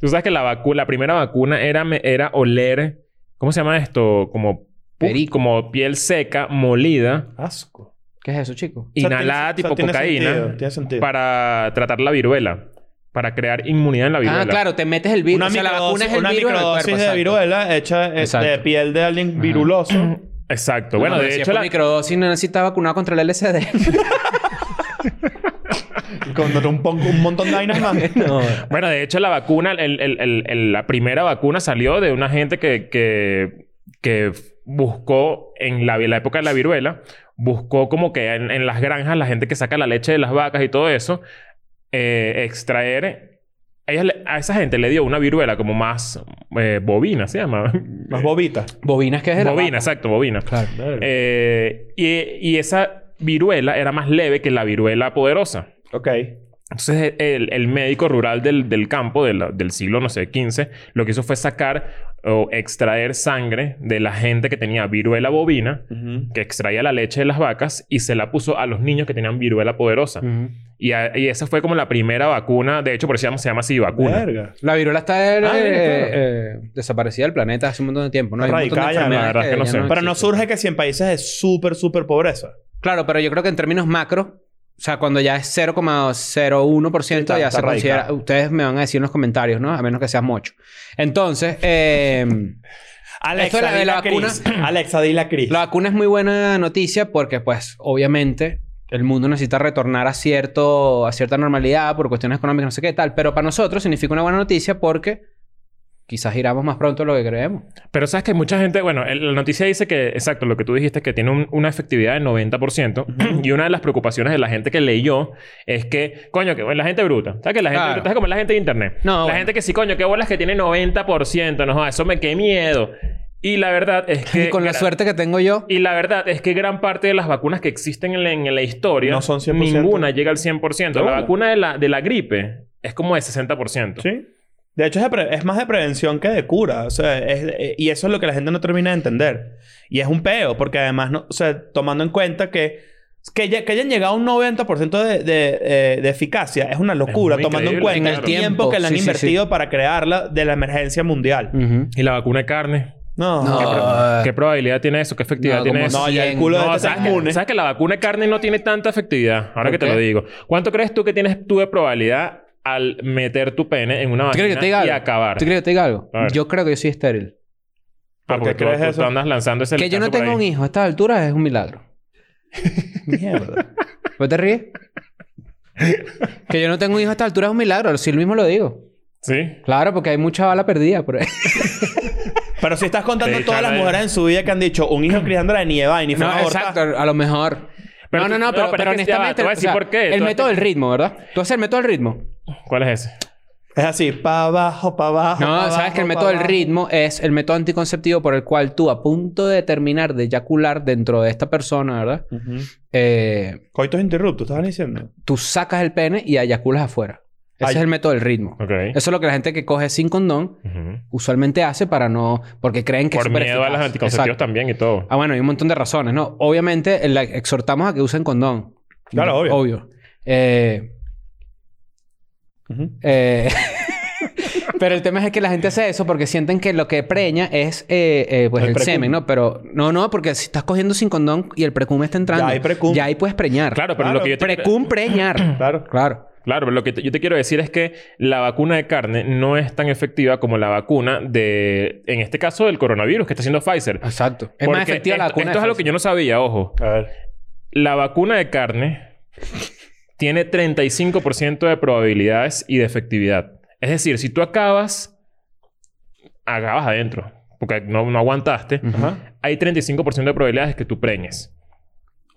S2: tú sabes que la vacu- la primera vacuna era, me- era oler, ¿cómo se llama esto? Como pu-
S4: Perico.
S2: como piel seca, molida,
S3: Asco.
S4: ¿Qué es eso, chico?
S3: sea,
S2: inhalada
S3: tiene-
S2: tipo
S3: o sea, tiene
S2: cocaína
S3: sentido, tiene sentido.
S2: para tratar la viruela, para crear inmunidad en la viruela.
S4: Ah, claro, te metes el virus.
S3: una
S4: o sea, la
S3: microdosis,
S4: vacuna es el
S3: una
S4: virus. en el
S3: microdosis
S4: cuerpo,
S3: de
S4: exacto.
S3: viruela hecha eh, de
S4: Exacto.
S3: piel de alguien
S4: (laughs)
S3: viruloso.
S2: Exacto.
S4: No,
S2: bueno,
S4: no,
S2: de
S4: si
S2: hecho
S4: es por
S2: la,
S4: microdosis no necesitas vacunado contra el LSD.
S3: con un, pon- un montón de vainas más.
S4: (laughs) no.
S2: Bueno, de hecho, la vacuna, el- el- el- el- la primera vacuna salió de una gente que, que, que buscó en la, la época de la viruela, buscó como que en, en las granjas, la gente que saca la leche de las vacas y todo eso, eh, extraer. ellas le- a esa gente le dio una viruela como más eh, bovina, se llama.
S3: Más bobitas.
S4: (laughs) Bobinas que es el.
S2: bovina, exacto, bovina.
S4: Claro.
S2: Eh, y, y esa viruela era más leve que la viruela poderosa.
S3: Ok.
S2: Entonces, el, el médico rural del, del campo, de la- del siglo, no sé, 15, lo que hizo fue sacar o extraer sangre de la gente que tenía viruela bovina,
S3: Ujú.
S2: que extraía la leche de las vacas, y se la puso a los niños que tenían viruela poderosa.
S4: Ujú.
S2: Y, a- y esa fue como la primera vacuna. De hecho, por eso se llama, se llama así, vacuna.
S3: Verga.
S4: La viruela está eh,
S3: Ah, mira, claro.
S4: eh, desaparecida del planeta hace un montón de tiempo. ¿no? Hay un montón de
S3: Radicada ya, la
S4: enfermedades
S2: verdad es que no
S4: ya
S2: sé.
S3: Pero no
S4: existen.
S3: surge que si en países de súper, súper pobreza.
S4: Claro, pero yo creo que en términos macro, o sea, cuando ya es 0,01%
S3: está-
S4: ya
S3: está
S4: se considera.
S3: radicado.
S4: Ustedes me van a decir en los comentarios, ¿no? A menos que seas mocho. Entonces, eh,
S3: Alexa,
S4: Esto de la- de
S3: di la,
S4: la
S3: Cris. Alexa, di la Cris.
S4: la vacuna es muy buena noticia porque, pues, obviamente. El mundo necesita retornar a, cierto, a cierta normalidad por cuestiones económicas, no sé qué tal. Pero para nosotros significa una buena noticia porque quizás giramos más pronto de lo que creemos. (laughs)
S2: Pero sabes que mucha gente, bueno, el- la noticia dice que, exacto, lo que tú dijiste, que tiene un- una efectividad del 90%. Y una de las preocupaciones de la gente que leyó es que, coño, que bueno, la gente bruta. ¿Sabes que la gente
S4: Claro.
S2: bruta es como la gente de internet?
S4: No,
S2: la
S4: bueno.
S2: gente que sí, coño, qué bolas que tiene 90%. No, jodas, eso me qué miedo. Y la verdad es que.
S4: Y con la
S2: gra-
S4: suerte que tengo yo,
S2: Y la verdad es que gran parte de las vacunas que existen en la, en la historia,
S3: No son 100%.
S2: ninguna llega al 100%.
S3: No.
S2: La vacuna de la, de la gripe es como de 60%.
S3: Sí. De hecho, es, de pre- es más de prevención que de cura. O sea, es- eh, y eso es lo que la gente no termina de entender. Y es un peo, porque además, no, o sea, tomando en cuenta que... Que, ya- que hayan llegado a un 90% de, de, eh, de eficacia es una locura,
S2: muy
S3: tomando en
S2: increíble,
S3: cuenta
S2: claro.
S3: el tiempo, que le han
S4: Sí, sí, sí.
S3: invertido para crearla de la emergencia mundial.
S4: Ujú.
S2: Y la vacuna de carne.
S3: No,
S4: No.
S3: qué pro-
S4: Ah.
S2: ¿Qué probabilidad tiene eso? ¿Qué efectividad
S4: No,
S2: tiene
S4: como
S2: eso?
S3: no, ya el
S4: Cien.
S3: culo de
S2: No,
S3: este
S2: ¿sabes,
S3: está inmune.
S2: que, sabes que la vacuna de carne no tiene tanta efectividad. Ahora que
S4: Ok.
S2: te lo digo. ¿Cuánto crees tú que tienes tú de probabilidad al meter tu pene en una
S4: ¿Tú
S2: vagina
S4: crees que te diga
S2: y
S4: algo?
S2: acabar?
S4: ¿Tú crees que te diga algo?
S2: A ver.
S4: Yo creo que yo soy estéril.
S2: Ah, porque
S3: ¿Por qué
S2: tú,
S3: crees
S2: tú- tú
S3: eso?
S2: andas lanzando ese
S4: Que yo no
S2: lechazo por
S4: tenga
S2: ahí.
S4: un hijo a estas alturas es
S2: (laughs)
S4: un milagro.
S3: Mierda.
S4: ¿Vos te ríes? que yo no tenga un hijo a estas alturas es un milagro. Si lo mismo lo digo.
S2: Sí.
S4: Claro, porque hay mucha bala perdida por ahí.
S3: Pero si estás contando
S2: Sí,
S3: todas las
S2: claro.
S3: mujeres en su vida que han dicho un hijo criándola de nieve y ni fue
S4: no,
S3: una aborta.
S4: exacto. A lo mejor.
S2: Pero
S4: no, no,
S2: tú-
S4: no.
S2: no,
S4: Pero,
S2: pero
S4: pero
S2: es que ya va,
S4: honestamente...
S2: te voy a decir por qué.
S4: El
S2: Tú-
S4: método del ritmo, ¿verdad? ¿Tú haces el método del ritmo?
S2: ¿Cuál es ese?
S3: Es así, pa' abajo, pa' abajo.
S4: No,
S3: pa'
S4: sabes
S3: abajo,
S4: que el
S3: pa'
S4: método del
S3: abajo.
S4: ritmo es el método anticonceptivo por el cual tú a punto de terminar de eyacular dentro de esta persona, ¿verdad?
S3: Ujú.
S4: Eh,
S3: Coitos interruptos, estaban diciendo.
S4: tú sacas el pene y eyaculas afuera. Ese
S3: Ay.
S4: es el método del ritmo.
S2: Ok.
S4: Eso es lo que la gente que coge sin condón
S2: Ujú.
S4: usualmente hace para no... Porque creen que es
S2: Por
S4: súper
S2: miedo a los
S4: eficaz.
S2: anticonceptivos
S4: Exacto.
S2: también y todo.
S4: Ah, bueno, hay un montón de razones, ¿no? Obviamente, eh, la- exhortamos a que usen condón.
S3: Claro, obvio.
S4: Obvio. Eh,
S3: Ujú.
S4: eh, (laughs) pero el tema es que la gente hace eso porque sienten que lo que preña es eh, eh, pues
S3: El
S4: el,
S3: precumen.
S4: semen, ¿no? Pero no, no, porque si estás cogiendo sin condón y el precume está entrando,
S3: Ya hay precum.
S4: ya ahí puedes preñar.
S2: Claro, pero
S3: Claro.
S2: lo que yo te...
S4: Precum
S2: (clears throat)
S4: preñar.
S3: Claro.
S4: claro.
S2: Claro, pero lo que te- yo te quiero decir es que la vacuna de carne no es tan efectiva como la vacuna de... En este caso, del coronavirus que está haciendo Pfizer.
S4: Exacto. Es más
S2: Porque
S4: efectiva la
S2: esto-
S4: vacuna.
S2: Esto
S4: de
S2: es algo que
S4: Pfizer.
S2: yo no sabía, ojo.
S3: A ver.
S2: La vacuna de carne tiene 35% de probabilidades y de efectividad. Es decir, si tú acabas, acabas adentro, porque no, no aguantaste,
S4: Ujú.
S3: Ajá.
S2: hay 35% de probabilidades que tú preñes.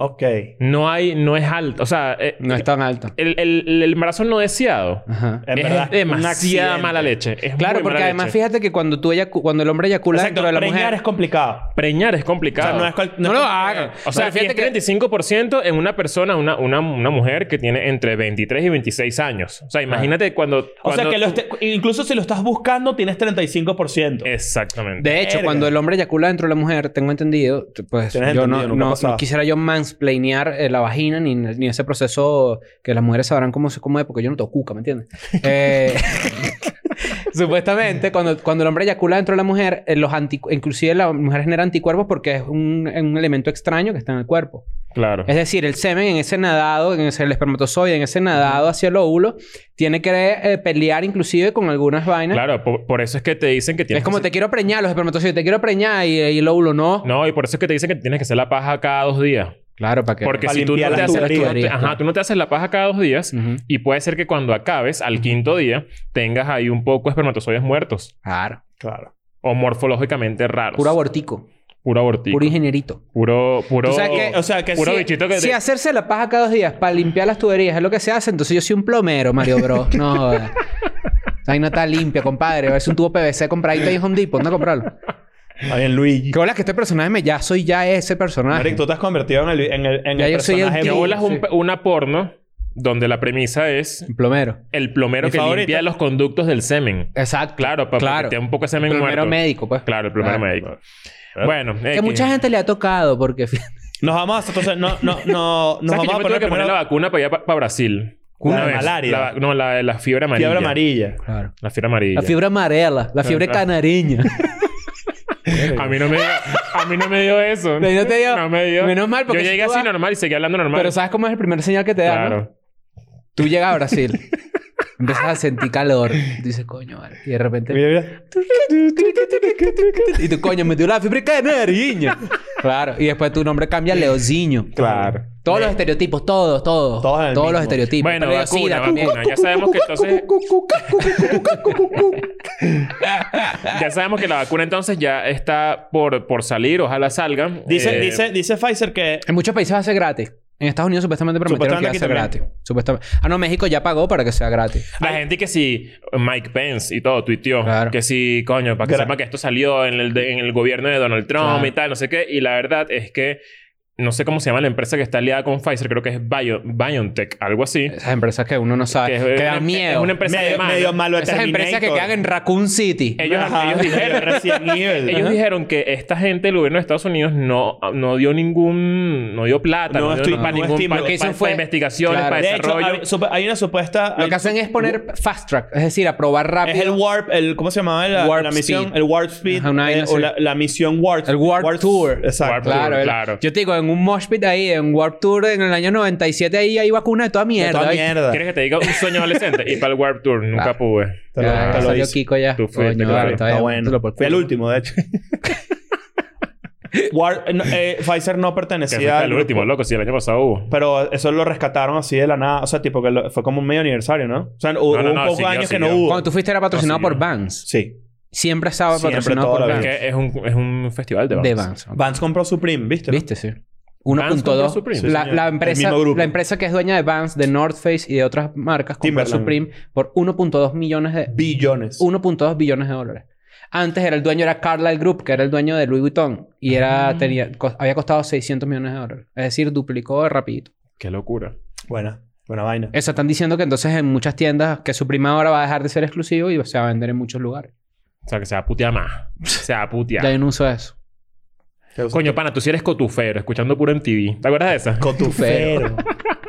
S3: Ok.
S2: No hay, no es alto. O sea, eh,
S4: No es tan alta.
S2: el, el- el embarazo no deseado
S4: Ajá.
S3: En
S2: es
S3: verdad, un
S2: demasiada
S3: accidente.
S2: mala leche. Es
S4: Claro,
S2: muy
S4: porque
S2: mala
S4: además
S2: leche.
S4: fíjate que cuando tú eyacu- cuando el hombre eyacula
S3: Exacto,
S4: dentro de la
S3: preñar
S4: mujer,
S3: es complicado.
S2: Preñar es
S3: O sea,
S2: complicado.
S3: no es cual-
S4: no
S3: es
S4: lo
S3: cual-
S4: hagas.
S2: O sea,
S4: Pero fíjate que-
S2: es 35% en una persona, una, una, una mujer que tiene entre 23 y 26 años. O sea, imagínate cuando,
S3: O sea,
S2: cuando
S3: que lo
S2: tú- Eh.
S3: este- incluso si lo estás buscando, tienes 35%.
S2: Exactamente.
S4: De hecho,
S3: Verga.
S4: cuando el hombre eyacula dentro de la mujer, tengo entendido, t- pues yo
S3: Tienes
S4: no,
S3: entendido, nunca
S4: no-
S3: ha pasado.
S4: no quisiera yo mansplainear eh, la vagina ni, ni ese proceso que las mujeres sabrán cómo se come porque yo no toco cuca,
S3: (laughs)
S4: ¿me entiendes? Eh, supuestamente, cuando, cuando el hombre eyacula dentro de la mujer, eh, los anti- inclusive la mujer genera anticuerpos porque es un, un elemento extraño que está en el cuerpo.
S2: Claro.
S4: Es decir, el semen en ese nadado, en ese el espermatozoide, en ese nadado hacia el óvulo, tiene que eh, pelear inclusive con algunas vainas.
S2: Claro, por, por eso es que te dicen que tienes
S4: Es como
S2: que
S4: te quiero preñar, los espermatozoides, te quiero preñar y, y el óvulo no.
S2: hacer- No, y por eso es que te dicen que tienes que hacer la paja cada dos días.
S4: Claro, para que.
S2: Porque
S3: Para
S2: si tú no,
S3: limpiar
S2: te
S3: las
S2: haces, tú no te-
S4: tuberías, Mm.
S2: ajá,
S4: claro.
S2: tú no te haces la paja cada dos días
S4: Ujú.
S2: y puede ser que cuando acabes, al quinto día, tengas ahí un poco de espermatozoides muertos
S4: Claro.
S2: Pues
S3: Claro.
S2: o morfológicamente raros.
S4: Puro abortico.
S2: Puro abortivo.
S4: Puro ingenierito.
S2: Puro... puro
S4: ¿Tú sabes que-
S3: O sea, que
S2: Puro
S3: sí-
S2: bichito que...
S4: Si hacerse la paja cada dos días para limpiar las tuberías es lo que se hace, entonces yo soy un plomero, Mario Bro.
S2: (laughs)
S4: No jodas. Ahí no está limpia, compadre. A ver si un tubo PVC compradito ahí en Home Depot. No comprarlo.
S3: Está bien, Luigi.
S4: Qué bolas que este personaje me... Ya soy ya ese personaje.
S3: Marico, tú te has convertido en el, en el, en
S4: Ya
S3: el
S4: yo soy el
S3: personaje
S2: Que
S4: tío.
S3: mi-
S2: bolas un-
S4: sí.
S2: una porno donde la premisa es
S4: Un plomero.
S2: el plomero
S3: Mi
S2: que
S3: favorito.
S2: limpia los conductos del semen.
S4: Exacto.
S2: Claro, para
S4: Claro.
S2: que te un poco de semen
S4: plomero
S2: muerto.
S4: médico, pues.
S2: Claro, el plomero
S4: Claro.
S2: médico.
S3: Ah.
S2: Bueno,
S4: Que mucha gente le ha tocado porque...
S2: (laughs)
S3: Nos vamos a... Entonces, no, no, no... Nos
S2: ¿Sabes que
S3: vamos
S2: yo
S3: a
S2: me tuve
S3: poner
S2: que poner
S3: primero
S2: la vacuna para allá para Brasil.
S3: La
S2: Una
S3: de
S2: vez.
S3: malaria.
S2: La va- no, la de la fiebre amarilla.
S3: fiebre amarilla.
S4: Claro.
S2: La fiebre amarilla.
S4: La fiebre amarela. La fiebre
S2: Claro.
S4: canareña.
S2: (laughs) A mí no me dio, a mí no me dio eso.
S4: (laughs) Pero no te dio.
S2: No me dio.
S4: Menos mal, porque
S2: Yo
S4: si
S2: llegué
S4: tú
S2: así
S4: vas-
S2: normal y seguí hablando normal.
S4: (laughs) Pero ¿sabes cómo es el primer señal que te da, no?
S2: Claro.
S4: Tú llegas a
S2: (laughs)
S4: Brasil. empiezas a sentir calor. Tú dices, coño, vale. Y de repente...
S3: Mira, mira.
S4: Y tú, coño, me dio la fiebre canariña. claro. Y después tu nombre cambia a Leozinho.
S3: Claro.
S4: Todos los estereotipos. Todos, todos.
S3: Todos en el
S4: los
S3: mismo.
S4: estereotipos.
S2: Bueno,
S4: Pero
S2: vacuna,
S4: sida
S2: vacuna. Ya sabemos que entonces... ya sabemos que la vacuna entonces ya está por, por salir. Ojalá salga.
S3: Dice,
S2: Eh,
S3: dice, dice Pfizer que...
S4: En muchos países va a ser gratis. En Estados Unidos supuestamente prometieron
S3: Supuestamente
S4: que va a
S3: aquí
S4: ser gratis. Supuestamente. Ah, no. México ya pagó para que sea gratis.
S2: La gente que si Mike Pence y todo tuiteó
S4: Claro.
S2: que si, coño, para que
S3: Gra-
S2: sepa que esto salió en el, de- en el gobierno de Donald Trump
S4: Claro.
S2: y tal, no sé qué. Y la verdad es que no sé cómo se llama la empresa que está aliada con Pfizer, creo que es Bio- BioNTech, algo así.
S4: Esas empresas que uno no
S2: Que
S4: sabe.
S2: es
S4: Que,
S2: una-
S4: dan
S2: Es
S4: miedo.
S2: una empresa
S3: Medio,
S2: alemana.
S3: medio malo de
S4: Esas empresas que
S3: Terminator.
S4: quedan en Raccoon City.
S2: Ellos,
S3: Ajá,
S2: ellos dijeron,
S3: Resident Evil.
S2: ellos
S3: Ajá.
S2: dijeron que esta gente del gobierno de Estados Unidos no, no dio ningún... No dio plata,
S3: No
S2: no,
S3: estoy-
S2: dio para
S3: no
S2: ningún...
S3: estímulo.
S2: Para,
S3: Lo que
S4: hizo
S2: para-
S4: fue-
S2: para investigaciones,
S4: Claro.
S2: para
S3: De hecho,
S2: desarrollo.
S3: hay, supe- hay una supuesta...
S4: Lo
S3: hay-
S4: que hacen es poner fast track, es decir, aprobar
S3: Es
S4: rápido.
S3: el warp, el, ¿cómo se llamaba la,
S4: Warp
S3: la misión?
S4: Speed.
S3: El warp speed.
S4: Ajá, una vaina
S3: eh, o
S4: así.
S3: la, la misión warp.
S4: El warp tour.
S2: Warp
S3: Exacto.
S2: tour,
S4: Claro, ¿verdad?
S2: claro.
S4: Yo te digo, en un mosh pit ahí, en Warp Tour en el año 97, ahí hay vacuna de toda mierda.
S3: De toda
S4: ¿viste?
S3: mierda.
S2: ¿Quieres que te diga un sueño adolescente? y para el Warp Tour. Nunca
S4: Claro.
S2: pude.
S3: Te lo,
S4: Ya,
S3: te
S4: ya
S3: lo
S4: Ah, salió
S3: hice.
S4: Kiko ya.
S2: Tú fuiste,
S4: Coño,
S2: claro.
S4: vale, está
S3: Está
S4: bien, tú lo
S3: bueno.
S4: por
S3: Fui el
S4: culo.
S3: último, de
S4: (laughs)
S3: hecho. War- eh, no, eh, Pfizer no
S2: Que
S3: pertenecía
S2: fue
S3: al
S2: el
S3: grupo,
S2: último, loco. Si el año pasado hubo.
S3: Pero eso lo rescataron así de la nada. O sea, tipo que lo- fue como un medio aniversario, ¿no? O sea, hubo
S2: no,
S3: un
S2: no,
S3: poco de
S2: siguió,
S3: años que
S2: siguió.
S3: no hubo.
S4: Cuando tú fuiste era patrocinado
S2: No, sí,
S4: por
S2: yo-
S4: Vans.
S3: Sí.
S4: Siempre estaba
S3: Siempre,
S4: patrocinado
S3: toda
S4: por
S3: la
S4: Vans.
S3: vida.
S2: Porque es un, es un festival de
S4: De
S2: bandas.
S4: Vans.
S3: Vans compró Supreme, ¿viste?
S4: ¿Viste? Sí.
S2: Vans compró
S4: 1.2.
S2: Supreme.
S4: La,
S3: Sí, señor.
S4: la
S3: El
S4: empresa,
S3: mismo grupo.
S4: la empresa que es dueña de Vans, de North Face y de otras marcas, compró
S3: Timberland.
S4: Supreme por 1.2 millones de...
S3: Billones.
S4: 1.2 billones de dólares. Antes era el dueño era Carlyle Group, que era el dueño de Louis Vuitton. Y era,
S2: Ah.
S4: tenía, cos- había costado 600 millones de dólares. Es decir, duplicó rapidito.
S2: Qué locura.
S3: Buena. Buena vaina.
S4: Eso están diciendo que entonces en muchas tiendas que su prima ahora va a dejar de ser exclusivo y se va a vender en muchos lugares.
S2: O sea, que se va a putear más. (laughs) Se va a putear.
S4: Ya yo no uso eso.
S3: ¿Te gusta?
S2: Coño, pana, tú sí eres cotufero, escuchando puro en TV. ¿Te acuerdas de esa?
S4: (laughs)
S3: Cotufero.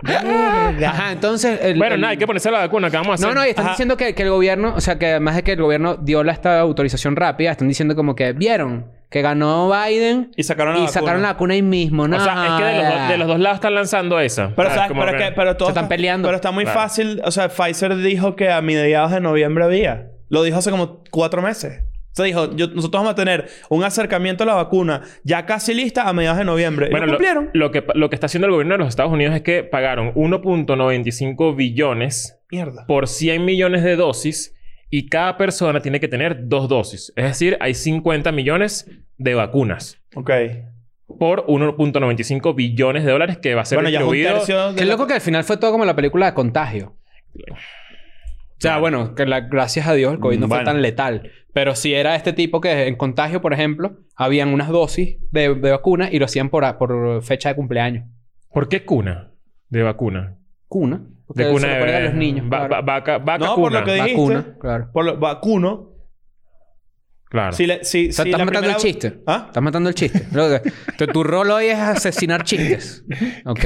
S4: Ajá, entonces... el-
S2: bueno,
S4: el-
S2: nada, hay que ponerse la vacuna. ¿Qué vamos a hacer?
S4: No, no, y están
S3: Ajá.
S4: diciendo que, que el gobierno, o sea, que además de que el gobierno dio la esta autorización rápida, están diciendo como que vieron que ganó Biden
S3: y sacaron la
S4: y sacaron la vacuna ahí mismo, ¿no?
S2: O sea, es que de los,
S4: joda.
S2: dos- de los dos lados están lanzando esa.
S3: Pero,
S2: Ah,
S3: ¿sabes?
S2: como
S3: Pero,
S2: que-
S3: es que- pero todo
S4: Se están
S3: está-
S4: peleando.
S3: Pero está muy
S2: Claro.
S3: fácil. O sea, Pfizer dijo que a mediados de noviembre había. Lo dijo hace como cuatro meses. O sea, dijo, yo- nosotros vamos a tener un acercamiento a la vacuna ya casi lista a mediados de noviembre. Y
S2: Bueno,
S3: lo
S2: lo,
S3: cumplieron.
S2: lo que, lo que está haciendo el gobierno de los Estados Unidos es que pagaron 1.95 billones
S3: Mierda.
S2: por 100 millones de dosis y cada persona tiene que tener dos dosis. Es decir, hay 50 millones de vacunas
S3: Ok.
S2: por 1.95 billones de dólares que va a ser
S3: Bueno, ya es un
S2: distribuido.
S3: tercio. de
S4: Qué
S3: la-
S4: loco que al final fue todo como la película de contagio. O sea, bueno, que la- gracias a Dios el COVID no
S3: Bueno.
S4: fue tan letal. Pero si era este tipo que en contagio, por ejemplo, habían unas dosis de, de vacuna y lo hacían por, a- por fecha de cumpleaños.
S2: ¿Por qué cuna de vacuna?
S4: Cuna. Porque
S2: De
S4: se
S2: cuna
S4: lo
S2: de
S4: ponen a
S2: bebé.
S4: los niños.
S2: Va-
S4: claro.
S2: va- vaca, vaca
S3: No, por
S2: cuna.
S3: lo que dijiste.
S4: Vacuna, claro.
S3: Por lo vacuno.
S2: Claro.
S3: Si le, si,
S4: O sea,
S3: si
S4: estás
S3: la
S4: matando
S3: primera-
S4: el chiste.
S3: ¿Ah?
S4: Estás matando el chiste. Lo que- tu, tu rol hoy es asesinar chistes.
S3: (laughs)
S4: Ok.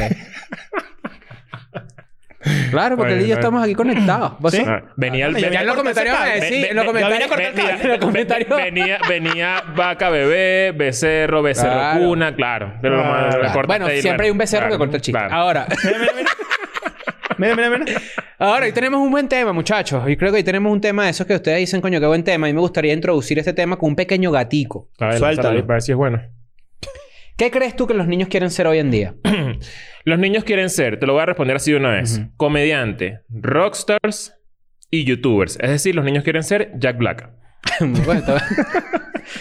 S4: Claro, porque
S2: Está bien,
S4: él y yo
S2: está bien.
S4: estamos aquí conectados. ¿Vos
S3: ¿Sí?
S4: sos-
S2: Ah, venía el...
S3: Ah, ya
S4: Ya eh,
S2: venía-
S4: en los comentarios van a
S2: Ve-
S4: decir...
S2: ve-
S4: en los
S2: ve-
S4: comentarios-
S3: ve- ve-
S4: en los comentarios-
S2: Venía, venía vaca bebé, becerro, becerro
S4: Claro.
S2: cuna, claro. Pero
S3: Claro.
S2: lo- lo
S3: Claro.
S2: cortaste
S4: Bueno,
S2: ahí,
S4: siempre hay un becerro
S2: claro,
S4: que corta el chiste.
S2: claro. (laughs)
S4: Ahora,
S3: Mira, mira, mira. Mira, mira, mira.
S4: ahora, hoy tenemos un buen tema, muchachos. Y creo que hoy tenemos un tema de esos que ustedes dicen, coño, qué buen tema. Y me gustaría introducir este tema con un pequeño gatico.
S2: A ver,
S3: Suéltalo.
S2: lánzalo ahí Para ver si es bueno.
S4: ¿Qué crees tú que los niños quieren ser hoy
S2: (laughs)
S4: en día?
S2: Los niños quieren ser, te lo voy a responder así de una vez, comediante, rockstars y youtubers. Es decir, los niños quieren ser Jack Black.
S4: Bueno, está-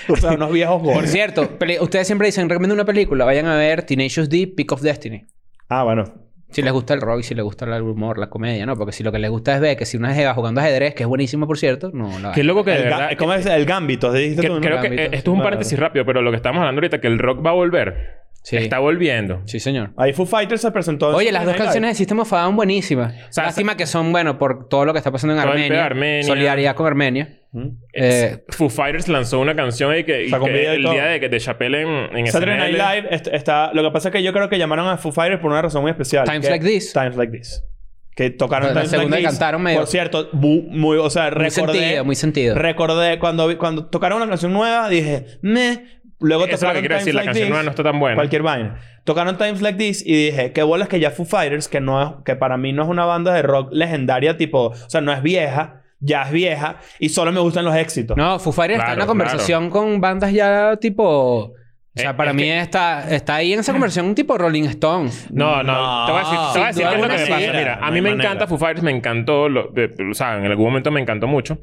S3: O sea, unos viejos
S4: Por
S3: gordos.
S4: cierto, peli- ustedes siempre dicen, recomiendo una película. Vayan a ver Teenage Us D, Peak of Destiny.
S3: Ah, bueno.
S4: Si les gusta el rock, si les gusta el humor, la comedia, ¿no? Porque si lo que les gusta es ver que si una jeva jugando ajedrez, que es buenísimo, por cierto, no la
S2: Qué loco que de
S3: El, ga-
S2: verdad...
S3: ¿Cómo es? El gambito. dijiste
S2: que-
S3: tú, no?
S2: creo que
S4: Gambito,
S2: eh,
S4: sí,
S2: esto es un
S3: claro.
S2: paréntesis rápido, pero lo que estamos hablando ahorita, que el rock va a volver.
S4: Sí.
S2: Está volviendo.
S4: Sí, señor.
S3: Ahí Foo Fighters se presentó. en
S4: Oye, las dos
S3: Saturday Night
S4: canciones de System of a Down buenísimas.
S2: sea,
S4: Lástima que son, bueno, por todo lo que está pasando en
S2: Todo el pedo
S4: Armenia.
S2: de Armenia.
S4: Solidaridad con Armenia.
S3: Live. ¿Mm?
S4: Eh,
S2: Foo Fighters lanzó una canción y que, y
S3: Sacó un
S2: que
S3: video y
S2: el
S3: todo.
S2: día de que te chapelen en, en
S3: Saturday Night
S2: SNL.
S3: Live est- está... Lo que pasa es que yo creo que llamaron a Foo Fighters por una razón muy especial.
S4: Times
S3: que-
S4: Like This.
S3: Times Like This. Que tocaron
S4: La
S3: Times Like
S4: segunda que
S3: This.
S4: cantaron medio-
S3: Por cierto, bu- muy... O sea,
S4: muy
S3: recordé...
S4: sentido, muy sentido.
S3: Recordé... Cuando, vi- cuando tocaron una canción nueva, dije... Meh. Luego
S2: Eso es lo
S3: tocaron
S2: que quiero
S3: Times
S2: decir, la
S3: Like
S2: canción
S3: This.
S2: nueva no está tan buena.
S3: Cualquier vaina. Tocaron Times Like This y dije, qué bolas que ya Foo Fighters, que no es, que para mí no es una banda de rock legendaria tipo, o sea, no es vieja, ya es vieja y solo me gustan los éxitos.
S4: No, Foo Fighters está en la
S2: Claro,
S4: conversación con bandas ya tipo... O sea,
S2: Eh,
S4: para
S2: es
S4: mí
S2: que-
S4: está, está ahí en esa conversación un tipo Rolling Stone.
S2: No, no,
S3: No,
S2: Te voy a decir, te voy a decir qué es lo
S4: sin duda
S2: que me
S4: alguna
S2: pasa.
S3: sí.
S2: Mira,
S3: No
S2: a
S3: hay
S2: mí me
S3: manera.
S2: encanta Foo Fighters, me encantó, lo, de- o sea, en algún momento me encantó mucho,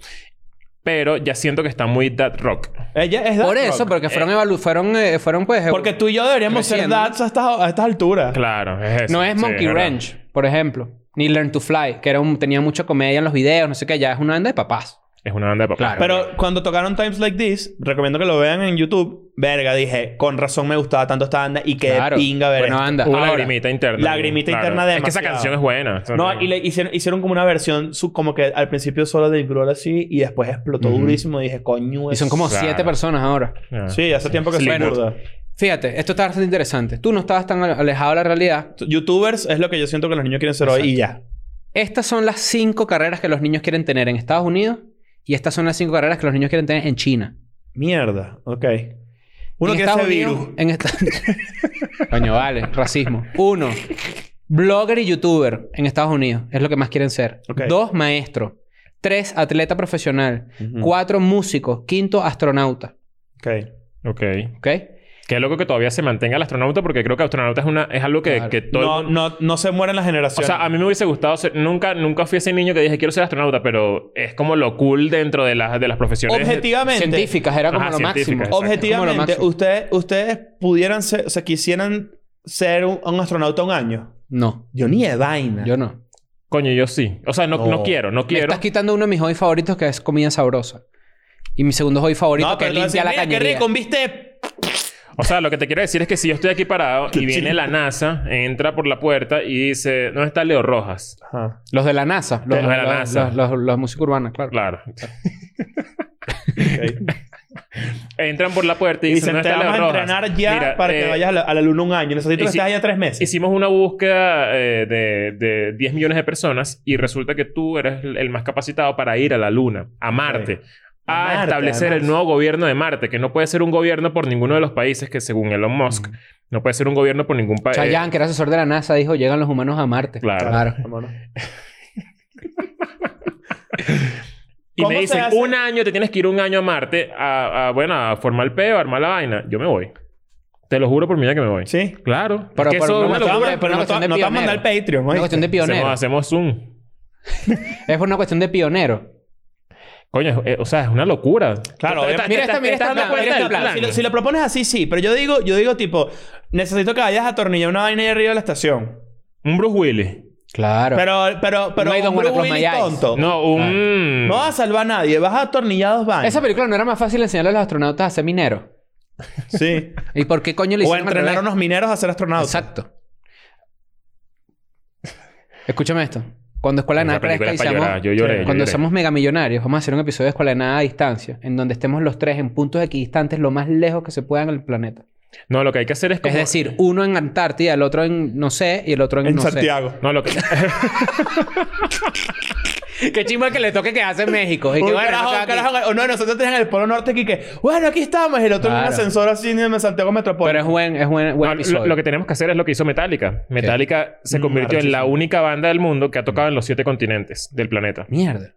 S2: pero ya siento que está muy that rock.
S3: Ella es
S4: Por
S3: dad
S4: eso,
S3: rock.
S4: porque fueron, evalu fueron, eh, fueron pues... eh,
S3: Porque tú y yo deberíamos ser
S4: Creciendo.
S3: dads a estas, a estas alturas.
S2: Claro, es eso.
S4: No es
S2: Sí,
S4: Monkey
S2: verdad.
S4: Ranch, por ejemplo. Ni Learn to Fly, que era un, tenía mucha comedia en los videos, no sé qué. Ya es una banda de papás.
S2: Es una banda de papá.
S4: Claro.
S3: Pero cuando tocaron Times Like This, recomiendo que lo vean en YouTube. Verga, dije, con razón me gustaba tanto esta banda y qué
S4: Claro. ah.
S3: pinga ver
S4: Buena
S3: esto.
S4: banda.
S2: Hubo
S4: Ahora,
S2: lagrimita interna.
S3: Lagrimita interna de
S2: Es que esa
S3: demasiado.
S2: canción es buena.
S3: No, y le hicieron, hicieron como una versión su- como que al principio solo de Grohl así y después explotó durísimo. Dije, coño.
S4: Y son
S3: es-
S4: como
S2: Pues, Claro.
S4: siete personas ahora.
S2: Ah.
S3: Sí, hace tiempo que soy
S2: Slipknot.
S3: burda.
S4: Fíjate, esto está bastante interesante. Tú no estabas tan al- alejado de la realidad.
S3: Youtubers es lo que yo siento que los niños quieren ser hoy y ya.
S4: Estas son las cinco carreras que los niños quieren tener en Estados Unidos. Y estas son las cinco carreras que los niños quieren tener en China.
S3: Mierda. Ok. Uno
S4: En
S3: quiere
S4: Estados
S3: ser
S4: Unidos-
S3: virus.
S4: En esta... (laughs) Coño, vale. Racismo. Uno. Blogger y youtuber en Estados Unidos. Es lo que más quieren ser.
S3: Ok.
S4: Dos, maestro. Tres, atleta profesional.
S3: Ujú.
S4: Cuatro, músico. Quinto, astronauta.
S3: Ok.
S2: Ok.
S4: ¿Ok?
S2: Qué loco que todavía se mantenga el astronauta porque creo que astronauta es, una, es algo que,
S4: Claro.
S2: que todo... el
S3: No,
S2: mundo-
S3: no, no se mueren las
S2: O
S3: generaciones.
S2: sea, a mí me hubiese gustado ser... Nunca, nunca fui ese niño que dije quiero ser astronauta, pero es como lo cool dentro de, las de las profesiones.
S3: objetivamente.
S4: Científicas, era como
S2: Ajá,
S4: lo máximo.
S2: científicas, exacto.
S4: Como lo
S3: Objetivamente,
S4: máximo.
S3: ustedes, ustedes pudieran ser, o sea, quisieran ser un, un astronauta un año.
S4: No,
S3: Yo ni de vaina.
S4: yo no.
S2: Coño, yo sí. O sea, no,
S3: No.
S2: no quiero, no
S4: Me
S2: quiero.
S4: estás quitando uno de mis hobbies favoritos que es comida sabrosa. Y mi segundo hobby favorito
S3: no,
S4: que
S3: pero
S4: es
S3: tú vas a
S4: limpiar
S3: decir, "Mira,
S4: la
S3: qué
S4: cañería.
S3: rico, viste.
S2: O sea, lo que te quiero decir es que si yo estoy aquí parado y viene la NASA, entra por la puerta y dice, ¿dónde está Leo Rojas?
S3: Ajá.
S4: Los de la NASA. Los,
S2: Los de la
S4: los-
S2: NASA.
S4: Los, los- los músicos urbanos, claro.
S2: Claro.
S3: ok.
S2: Entran por la puerta y
S3: (laughs) Y
S2: dicen,
S3: dicen,
S2: ¿dónde
S3: te
S2: está Leo
S3: vamos a
S2: Rojas?
S3: entrenar ya
S2: Mira,
S3: para que
S2: eh,
S3: vayas a la, a la luna un año. Necesito
S2: y
S3: que
S2: si-
S3: estés allá tres meses.
S2: Hicimos una búsqueda eh, de, de 10 millones de personas y resulta que tú eres el el más capacitado para ir a la Luna, a Marte,
S3: Ok.
S2: a,
S3: A Marte,
S2: establecer el
S3: además.
S2: nuevo gobierno de Marte, que no puede ser un gobierno por ninguno de los países que según Elon Musk,
S3: Mm.
S2: no puede ser un gobierno por ningún
S3: Eh,
S2: país.
S4: Chayanne, que era asesor de la NASA, dijo, llegan los humanos a Marte.
S2: Claro.
S4: claro.
S3: Vámonos.
S2: eh, y
S3: ¿cómo
S2: me
S3: se
S2: dicen,
S3: hace?
S2: un año, te tienes que ir un año a Marte, a, a, bueno, a formar el peo, a armar la vaina. Yo me voy. Te lo juro por mi vida que me voy.
S3: Sí.
S2: Claro.
S4: Pero-
S2: Es que
S4: pero
S2: eso es
S4: no
S2: una
S3: Pero,
S4: me estaba-
S2: locura.
S4: hombre,
S3: pero
S4: una
S3: no, te-
S4: cuestión de
S3: no te vas a
S4: pionero.
S3: mandar el Patreon,
S4: Una
S3: ¿oíste?
S4: cuestión de pionero.
S2: Hacemos, hacemos Zoom.
S4: Es por una cuestión de pionero.
S2: Coño, eh, o sea, es una locura.
S3: Claro, eh,
S2: Te- te-
S3: obviamente.
S2: te-
S4: Mira
S2: te-
S4: esta-
S2: te estás
S4: mira esta
S2: dando
S4: plan,
S2: cuenta
S4: mira
S2: del
S4: esta plan.
S2: plan.
S3: Si lo, si lo propones así, sí. Pero yo digo, yo digo tipo, necesito que vayas a atornillar una vaina y arriba de la estación.
S2: Un Bruce Willis.
S4: Claro.
S3: Pero, pero, pero,
S4: No hay
S3: un
S4: Don't Wanna
S3: Bruce
S4: Cross My
S3: Willis
S4: Eyes.
S3: tonto. No.
S2: No, un.
S3: vas a salvar a nadie. Vas a atornillar dos vainas.
S4: Esa película no era más fácil enseñarle a los astronautas a ser mineros.
S3: Sí.
S4: ¿Y por qué coño (laughs) le
S3: o
S4: hicieron al
S3: entrenar a
S4: revés?
S3: unos mineros a ser astronautas.
S4: Exacto. Escúchame esto. Cuando Escuela de
S2: Esa
S4: Nada crezca
S2: película
S4: y
S2: es para
S4: seamos...
S2: llorar. Yo lloré. yo
S4: Cuando
S2: lloré.
S4: somos megamillonarios, vamos a hacer un episodio de Escuela de Nada a Distancia, en donde estemos los tres en puntos equidistantes lo más lejos que se puedan del planeta.
S2: No, lo que hay que hacer es como.
S4: Es decir, uno en Antártida, el otro en no sé y el otro en,
S3: En
S4: no
S3: Santiago.
S2: No,
S4: (laughs)
S2: lo que. (laughs)
S4: sé. Qué chimba que le toque quedarse en México. Y que
S3: Un
S4: bueno,
S3: carajo,
S4: no
S3: un
S4: está aquí.
S3: carajo. Uno de nosotros tres en el Polo Norte aquí que... Bueno, aquí estamos. Y el otro en
S4: Claro.
S3: un ascensor así en Santiago
S4: Pero es
S3: Metropolitano.
S4: buen, es buen, buen
S2: No,
S4: episodio.
S2: lo, lo que tenemos que hacer es lo que hizo Metallica. Metallica se
S3: Mm,
S2: convirtió en la
S3: arrechísimo.
S2: única banda del mundo que ha tocado en los siete continentes del planeta.
S4: Mierda.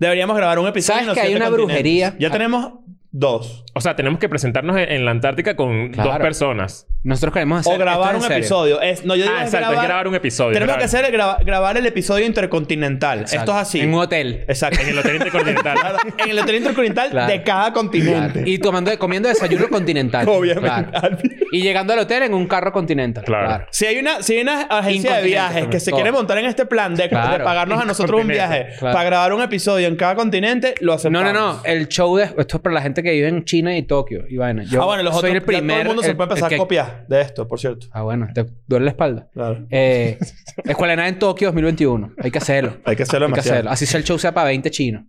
S3: Deberíamos grabar un episodio
S4: ¿Sabes
S3: en los
S4: que hay
S3: siete
S4: una
S3: continentes.
S4: brujería?
S3: Ya
S4: Ah.
S3: tenemos dos.
S2: O sea, tenemos que presentarnos en, en la Antártica con
S4: Claro.
S2: dos personas.
S4: Nosotros queremos hacer.
S3: O grabar
S4: esto es en
S3: un
S4: serio.
S3: episodio. Es, no, yo digo
S2: ah,
S3: es
S2: exacto. Hay que grabar un episodio.
S3: Tenemos
S2: grabar.
S3: que hacer el graba- grabar el episodio intercontinental. Esto es así.
S4: En un hotel.
S3: Exacto.
S2: En el Hotel Intercontinental.
S3: Claro, (laughs) en el hotel intercontinental
S4: Claro.
S3: de cada continente.
S4: Y tomando, comiendo desayuno continental.
S3: Obviamente.
S4: Claro. Y llegando al hotel en un carro continental.
S2: Claro.
S4: Claro.
S3: Si hay una, si hay una agencia de
S4: Incontinente
S3: viajes que
S4: también.
S3: se
S4: Todo.
S3: quiere montar en este plan de,
S4: Claro.
S3: de pagarnos a nosotros un viaje
S2: Incontinente.
S4: Claro.
S3: para grabar un episodio en cada continente, lo
S4: No,
S3: hacemos.
S4: no, no. El show de... Esto es para la gente que vive en China y Tokio. Y vaina. Yo
S3: ah, bueno, los
S4: soy
S3: otros,
S4: el primer...
S3: ya todo el mundo se puede empezar
S4: que-
S3: a copiar de esto, por cierto.
S4: Ah, bueno. Te duele la espalda.
S3: Claro. (laughs)
S4: Eh, Escuela de Nada en Tokio 2021. Hay que hacerlo.
S3: Hay que hacerlo
S4: Hay que
S3: demasiado.
S4: hacerlo. Así sea el show sea para 20 chinos.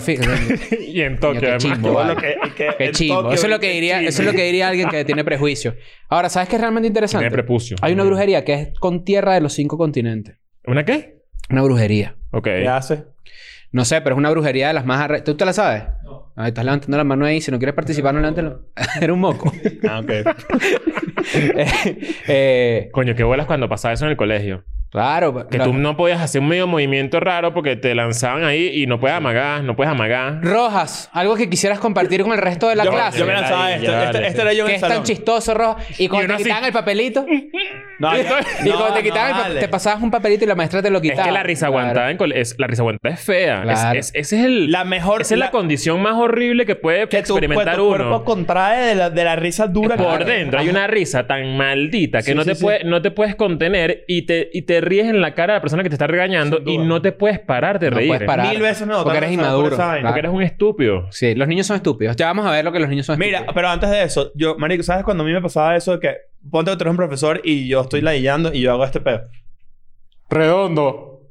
S3: (laughs)
S4: fíjate.
S2: (laughs) y en Tokio,
S4: Coño, qué
S2: además.
S4: chimbo,
S3: Todo
S4: vale.
S3: lo que- que-
S4: Qué
S3: en
S4: chingo.
S3: Tokio,
S4: Eso es lo que
S3: qué
S4: diría,
S3: chingo.
S4: eso es lo que diría alguien que tiene prejuicio. Ahora, ¿sabes qué es realmente
S2: (laughs)
S4: interesante?
S2: Tiene prepucio.
S4: Hay una brujería que es con tierra de los cinco continentes.
S2: ¿Una qué?
S4: Una brujería.
S2: Ok.
S3: ¿Qué hace?
S4: No sé, pero es una brujería de las más arre... ¿Tú te la sabes? No. estás levantando la mano ahí. Si no quieres participar,
S3: (laughs)
S4: no (laughs) levántalo. Era un moco.
S3: Ah, ok.
S4: (laughs) Eh,
S2: (laughs) Coño, qué bolas cuando pasaba eso en el colegio.
S4: claro.
S2: Que
S4: la-
S2: tú no podías hacer un medio movimiento raro porque te lanzaban ahí y no puedes amagar, no puedes amagar.
S4: Rojas, algo que quisieras compartir con el resto de la
S3: yo,
S4: clase.
S3: yo me lanzaba
S2: Dale,
S3: esto.
S2: dale,
S3: Este,
S2: sí.
S3: este era yo en
S4: que
S3: el
S4: es
S3: salón.
S4: tan chistoso, Rojas. Y
S2: Y
S4: cuando
S2: uno
S4: te
S2: así-
S4: quitaban el papelito...
S3: (laughs)
S2: (laughs)
S3: No,
S4: y,
S3: ya-
S4: y cuando
S3: no,
S4: te quitaban, el pa-
S3: vale.
S4: te pasabas un papelito y la maestra te lo
S2: Es
S4: quitaba.
S2: que la risa
S4: Claro.
S5: ¿eh?
S2: aguantada en cole- es, la risa aguantada es fea. Es-
S4: Claro.
S2: es- ese es el,
S3: La mejor...
S2: esa es la,
S3: la-
S2: condición más horrible que puede
S3: que tu,
S2: experimentar
S3: que tu
S2: uno.
S3: cuerpo contrae de la, de la risa dura.
S2: Por
S3: que-
S2: dentro hay una risa tan maldita que
S3: Sí,
S2: no,
S3: sí,
S2: te
S3: sí.
S2: puede- no te puedes contener y te, y te ríes en la cara de la persona que te está regañando
S3: Sin duda.
S2: y no te puedes parar de
S4: No
S2: reír.
S4: puedes parar.
S3: Mil veces no.
S4: Porque
S3: tanto
S4: eres
S3: se me ocurre
S4: inmaduro.
S3: esa vaina.
S2: Porque
S4: Claro.
S2: eres un estúpido.
S4: Sí, los niños son estúpidos. Ya vamos a ver lo que los niños son
S3: Mira,
S4: estúpidos.
S3: pero antes de eso, yo, Marico, ¿sabes cuando a mí me pasaba eso de que ponte que tú eres un profesor y yo
S2: Mm.
S3: estoy ladillando y yo hago este pedo?
S4: (laughs)
S5: Redondo.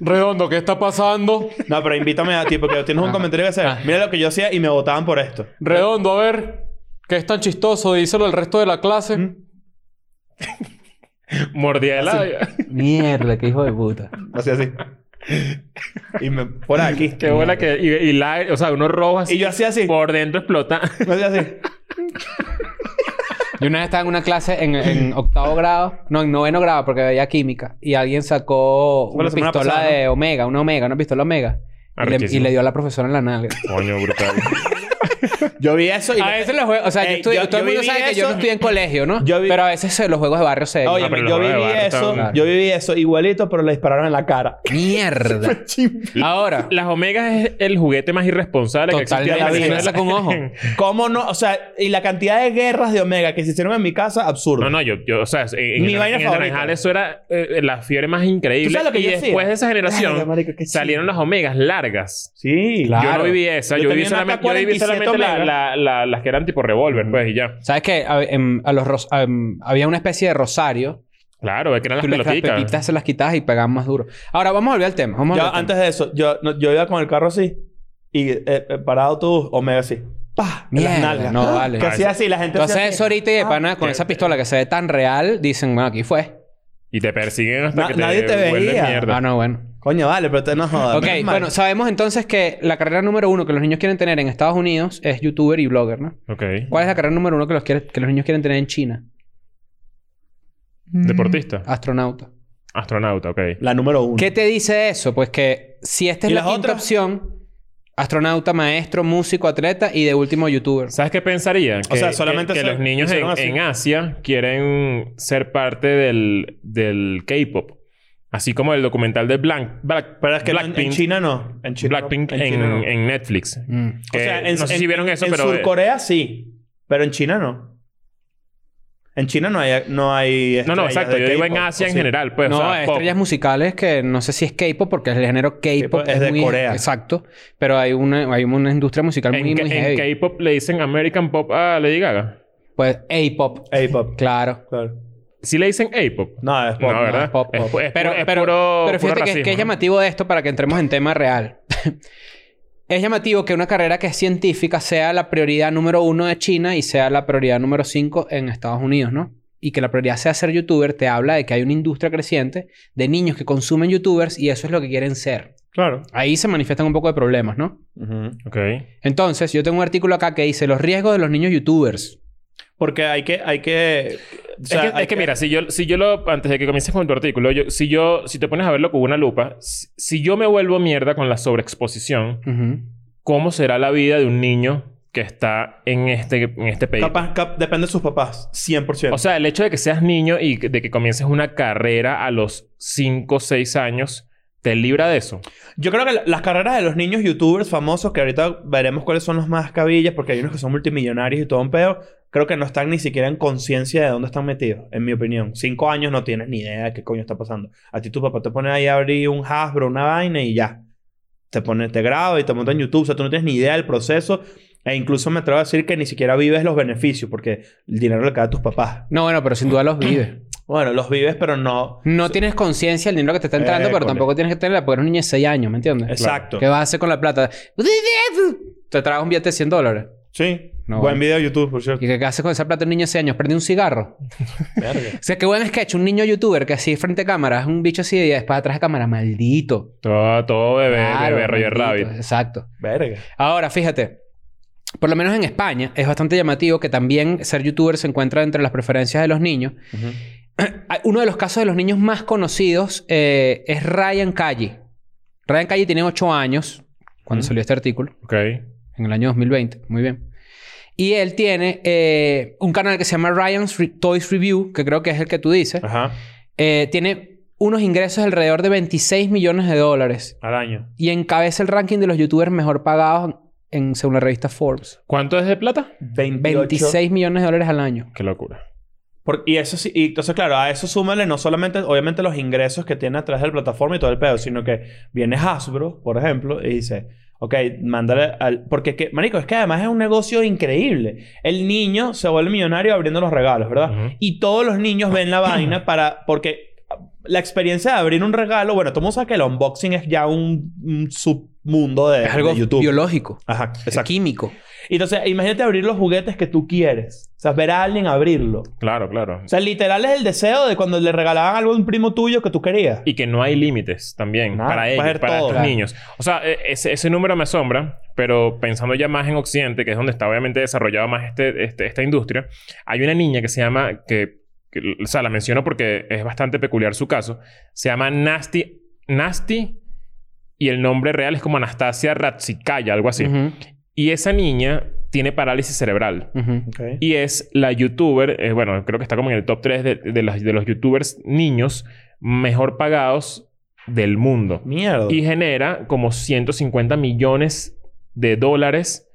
S5: Redondo, ¿qué está pasando?
S3: No, pero invítame a ti porque tienes un comentario que hacer. Mira lo que yo hacía y me votaban por esto.
S5: Redondo, a ver. ¿Qué es tan chistoso? Díselo al resto de la clase.
S4: Ah,
S2: Mordía el labio.
S4: (laughs) Mierda, qué hijo de puta.
S3: Así, así. Y me... Por aquí.
S2: (laughs) Qué bola que... Y, y la- o sea, uno rojo así.
S3: Y yo hacía así.
S2: Por dentro explota.
S3: Hacía así.
S4: Yo una vez estaba en una clase en, en octavo grado, no, en noveno grado, porque veía química, y alguien sacó
S3: Fue la
S4: una
S3: semana
S4: pistola
S3: pasada,
S4: de Omega, una Omega, una pistola Omega, y le,
S2: Arrechísimo.
S4: y le dio a la profesora en la nalga.
S2: Coño, brutal.
S3: Yo vi eso (laughs) y...
S4: A veces los juegos, o sea, yo
S3: Ey,
S4: estudié,
S3: yo-
S4: todo el
S3: yo
S4: mundo
S3: viví
S4: sabe que yo
S3: eso.
S4: no estudié en colegio, ¿no?
S3: Yo vi-
S4: Pero a veces eh, los juegos de barrio se.
S3: Oye, (laughs)
S2: No, pero
S3: yo
S2: los
S3: viví
S2: juegos de bar
S3: eso.
S2: son-
S3: Yo viví eso igualito, pero le dispararon en la cara. (laughs)
S4: Mierda. Ahora,
S2: Las omegas es el juguete más irresponsable que
S4: totalmente,
S2: existía
S4: se
S2: en
S4: me
S2: la vida.
S4: saca un ojo.
S3: ¿Cómo no? O sea, y la cantidad de guerras de Omega que se hicieron en mi casa,
S2: (laughs)
S3: absurdo.
S2: No, no, yo, yo o sea, en,
S3: Mi
S2: en,
S3: vaina
S2: en el
S3: favorita.
S2: Naranjal eso era eh, la fiebre más increíble.
S3: ¿Tú sabes lo que
S2: y
S3: yo hacía?
S2: después de esa generación
S3: Ay, marico, qué chido.
S2: salieron las omegas largas.
S3: Sí.
S4: Claro.
S2: Yo no viví esa, yo,
S3: Yo
S2: viví
S3: tenía una
S2: solamente, yo viví
S3: AK-47
S2: solamente la-
S3: omega.
S2: la- la- las que eran tipo revólver, pues, y ya.
S4: ¿Sabes qué? A- em, a los ros- a- em, había una especie de rosario.
S2: Claro, es que eran las
S4: Tú le- las
S2: pelotitas.
S4: pepitas se las quitabas y pegaban más duro. Ahora, vamos a volver al tema. Vamos a
S3: Yo,
S4: volver al
S3: antes de eso, yo, no, yo iba con el carro así y eh, eh, parado autobús, Omega así. ¡Pah! En las
S4: Mierda,
S3: nalgas.
S4: no vale.
S3: Que hacía así, la
S4: tema.
S3: gente
S4: Tú haces
S3: hacía así.
S4: eso ahorita y de
S3: Ah,
S4: pana con
S2: que-
S4: esa pistola que se ve tan real, dicen, bueno, aquí fue.
S2: Y te persiguen hasta
S3: Na-
S2: que te
S3: nadie te
S2: vuelven
S3: veía.
S2: mierda.
S4: Ah, no, bueno.
S3: Coño, vale, pero te no jodas.
S4: Ok,
S3: Ah, menos mal.
S4: bueno, sabemos entonces que la carrera número uno que los niños quieren tener en Estados Unidos es youtuber y blogger, ¿no?
S2: Ok.
S4: ¿Cuál es la carrera número uno que los, quiere- que los niños quieren tener en China? Mm.
S2: Deportista.
S4: Astronauta.
S2: Astronauta, ok.
S3: La número uno.
S4: ¿Qué te dice eso? Pues que si esta es
S3: ¿Y
S4: la
S3: las
S4: quinta
S3: otras?
S4: opción, astronauta, maestro, músico, atleta y de último youtuber.
S2: ¿Sabes qué pensaría? Que,
S3: sea, solamente
S2: que, que
S3: se-
S2: los niños en,
S3: hicieron así.
S2: en Asia quieren ser parte del, del K-pop. Así como el documental de Blank, Black,
S3: Pero es que no- en-
S2: Blackpink,
S3: en China no. En China
S2: Blackpink
S3: no.
S2: en,
S3: China no.
S2: en Netflix.
S4: Mm.
S2: Que no sé si vieron eso,
S3: en
S2: pero... eh,
S3: Sur Corea sí. Pero en China no. En China no hay... No, hay
S2: no, no,
S3: estrellas
S2: exacto.
S3: de
S2: Yo digo en
S3: K-pop,
S2: Asia
S3: ¿o
S2: en
S3: sí?
S2: general. Pues,
S4: no,
S2: o sea, pop.
S4: estrellas musicales que no sé si es K-pop porque el género K-pop
S3: K-pop es de
S4: muy-
S3: Corea.
S4: Exacto. Pero hay una, hay una industria musical muy,
S2: En,
S4: muy heavy.
S2: en K-pop le dicen American Pop a Lady Gaga.
S4: pues A-pop.
S3: A-pop.
S4: Claro.
S3: Claro.
S2: Sí le dicen A-pop.
S3: No, es pop.
S2: No, ¿verdad?
S4: pop,
S2: Es
S4: pop.
S2: pu- es
S4: pero,
S2: pu- es
S4: pero,
S2: puro-
S4: pero
S2: puro
S4: fíjate que,
S2: racismo,
S4: que es
S2: ¿no?
S4: llamativo de esto para que entremos en tema real. (laughs) es llamativo que una carrera que es científica sea la prioridad número uno de China y sea la prioridad número cinco en Estados Unidos, ¿no? Y que la prioridad sea ser youtuber te habla de que hay una industria creciente de niños que consumen youtubers y eso es lo que quieren ser.
S3: Claro.
S4: Ahí se manifiestan un poco de problemas, ¿no?
S3: Ujú.
S2: Ok.
S4: Entonces, yo tengo un artículo acá que dice los riesgos de los niños youtubers.
S3: Porque hay que... Hay que o
S2: Es
S3: sea,
S2: que- es que,
S3: hay
S2: mira, si yo, si yo lo... Antes de que comiences con tu artículo, yo- si yo... Si te pones a verlo con una lupa, si- si yo me vuelvo mierda con la sobreexposición,
S4: Ujú.
S2: ¿cómo será la vida de un niño que está en este, en este país?
S3: Capaz, cap- depende de sus papás. 100%.
S2: O sea, el hecho de que seas niño y que- de que comiences una carrera a los 5 o 6 años, ¿te libra de eso?
S3: Yo creo que la- las carreras de los niños youtubers famosos, que ahorita veremos cuáles son los más cabillas, porque hay unos que son multimillonarios y todo un pedo, creo que no están ni siquiera en conciencia de dónde están metidos, en mi opinión. Cinco años no tienes ni idea de qué coño está pasando. A ti tu papá te pone ahí a abrir un Hasbro, una vaina y ya. Te pone, te graba y te monta en YouTube. O sea, tú no tienes ni idea del proceso. E incluso me atrevo a decir que ni siquiera vives los beneficios, porque el dinero le cae a tus papás.
S4: No, bueno, pero sin duda los vive.
S3: Bueno, los vives, pero no.
S4: No tienes conciencia del dinero que te está
S2: Eh,
S4: entrando, pero
S3: École.
S4: tampoco tienes que tenerla porque eres un niño de 6 años, ¿me entiendes?
S3: Exacto.
S4: ¿Qué vas a hacer con la plata? Te traes un billete de 100 dólares.
S3: Sí.
S4: No,
S3: Buen
S4: bueno.
S3: video de YouTube, por cierto.
S4: ¿Y qué haces con esa plata un niño de 6 años? ¿Prende un cigarro? O sea, qué buen sketch. Un niño youtuber que así frente a cámara es un bicho así y después atrás de cámara. Maldito.
S2: Todo, todo bebé,
S4: Claro,
S2: bebé Eh, Roger
S4: maldito.
S2: Rabbit.
S4: Exacto.
S3: Verga.
S4: Ahora, fíjate. Por lo menos en España es bastante llamativo que también ser youtuber se encuentra entre las preferencias de los niños.
S3: Ujú.
S4: (laughs) Uno de los casos de los niños más conocidos eh, es Ryan Calle. Ryan Calle tiene 8 años cuando
S3: Ujú.
S4: salió este artículo,
S2: Ok.
S4: en el año 2020. Muy bien. Y él tiene eh, un canal que se llama Ryan's Re- Toys Review, que creo que es el que tú dices.
S3: Ajá.
S4: Eh, tiene unos ingresos alrededor de 26 millones de dólares
S3: Al año.
S4: y encabeza el ranking de los youtubers mejor pagados en, según la revista Forbes.
S2: ¿Cuánto es de plata?
S3: 26.
S4: 26 millones de dólares al año.
S2: Qué locura.
S3: Por- y eso sí, y entonces, claro, a eso súmale no solamente, obviamente, los ingresos que tiene a través de la plataforma y todo el pedo, sino que viene Hasbro, por ejemplo, y dice, ok, mándale al. Porque, es que, marico, es que además es un negocio increíble. El niño se vuelve millonario abriendo los regalos, ¿verdad?
S2: Ujú.
S3: Y todos los niños ven
S4: (clears throat)
S3: la vaina para. Porque la experiencia de abrir un regalo, bueno, tú sabes que el unboxing es ya un, un submundo de,
S4: Es algo
S3: Eh, de YouTube.
S4: biológico,
S3: Ajá, exacto.
S4: químico.
S3: Y Entonces, imagínate abrir los juguetes que tú quieres. O sea, ver a alguien abrirlo.
S2: Claro, claro.
S3: O sea, literal es el deseo de cuando le regalaban algo a un primo tuyo que tú querías.
S2: Y que no hay límites también
S3: Nada,
S2: para
S3: puedes
S2: ellos,
S3: ver
S2: para
S3: todo.
S2: estos
S3: Claro.
S2: niños. O sea, e- ese, ese número me asombra, pero pensando ya más en Occidente, que es donde está obviamente desarrollado más este, este- esta industria, hay una niña que se llama, que, que- o sea, la menciono porque es bastante peculiar su caso, se llama Nasty, Nasty, y el nombre real es como Anastasia Ratzikaya, algo así.
S4: Ujú,
S2: Y esa niña tiene parálisis cerebral.
S4: ujú.
S3: Ok.
S2: Y es la youtuber, eh, bueno, creo que está como en el top 3 de, de las- de los youtubers niños mejor pagados del mundo.
S3: Mierda.
S2: Y genera como 150 millones de dólares.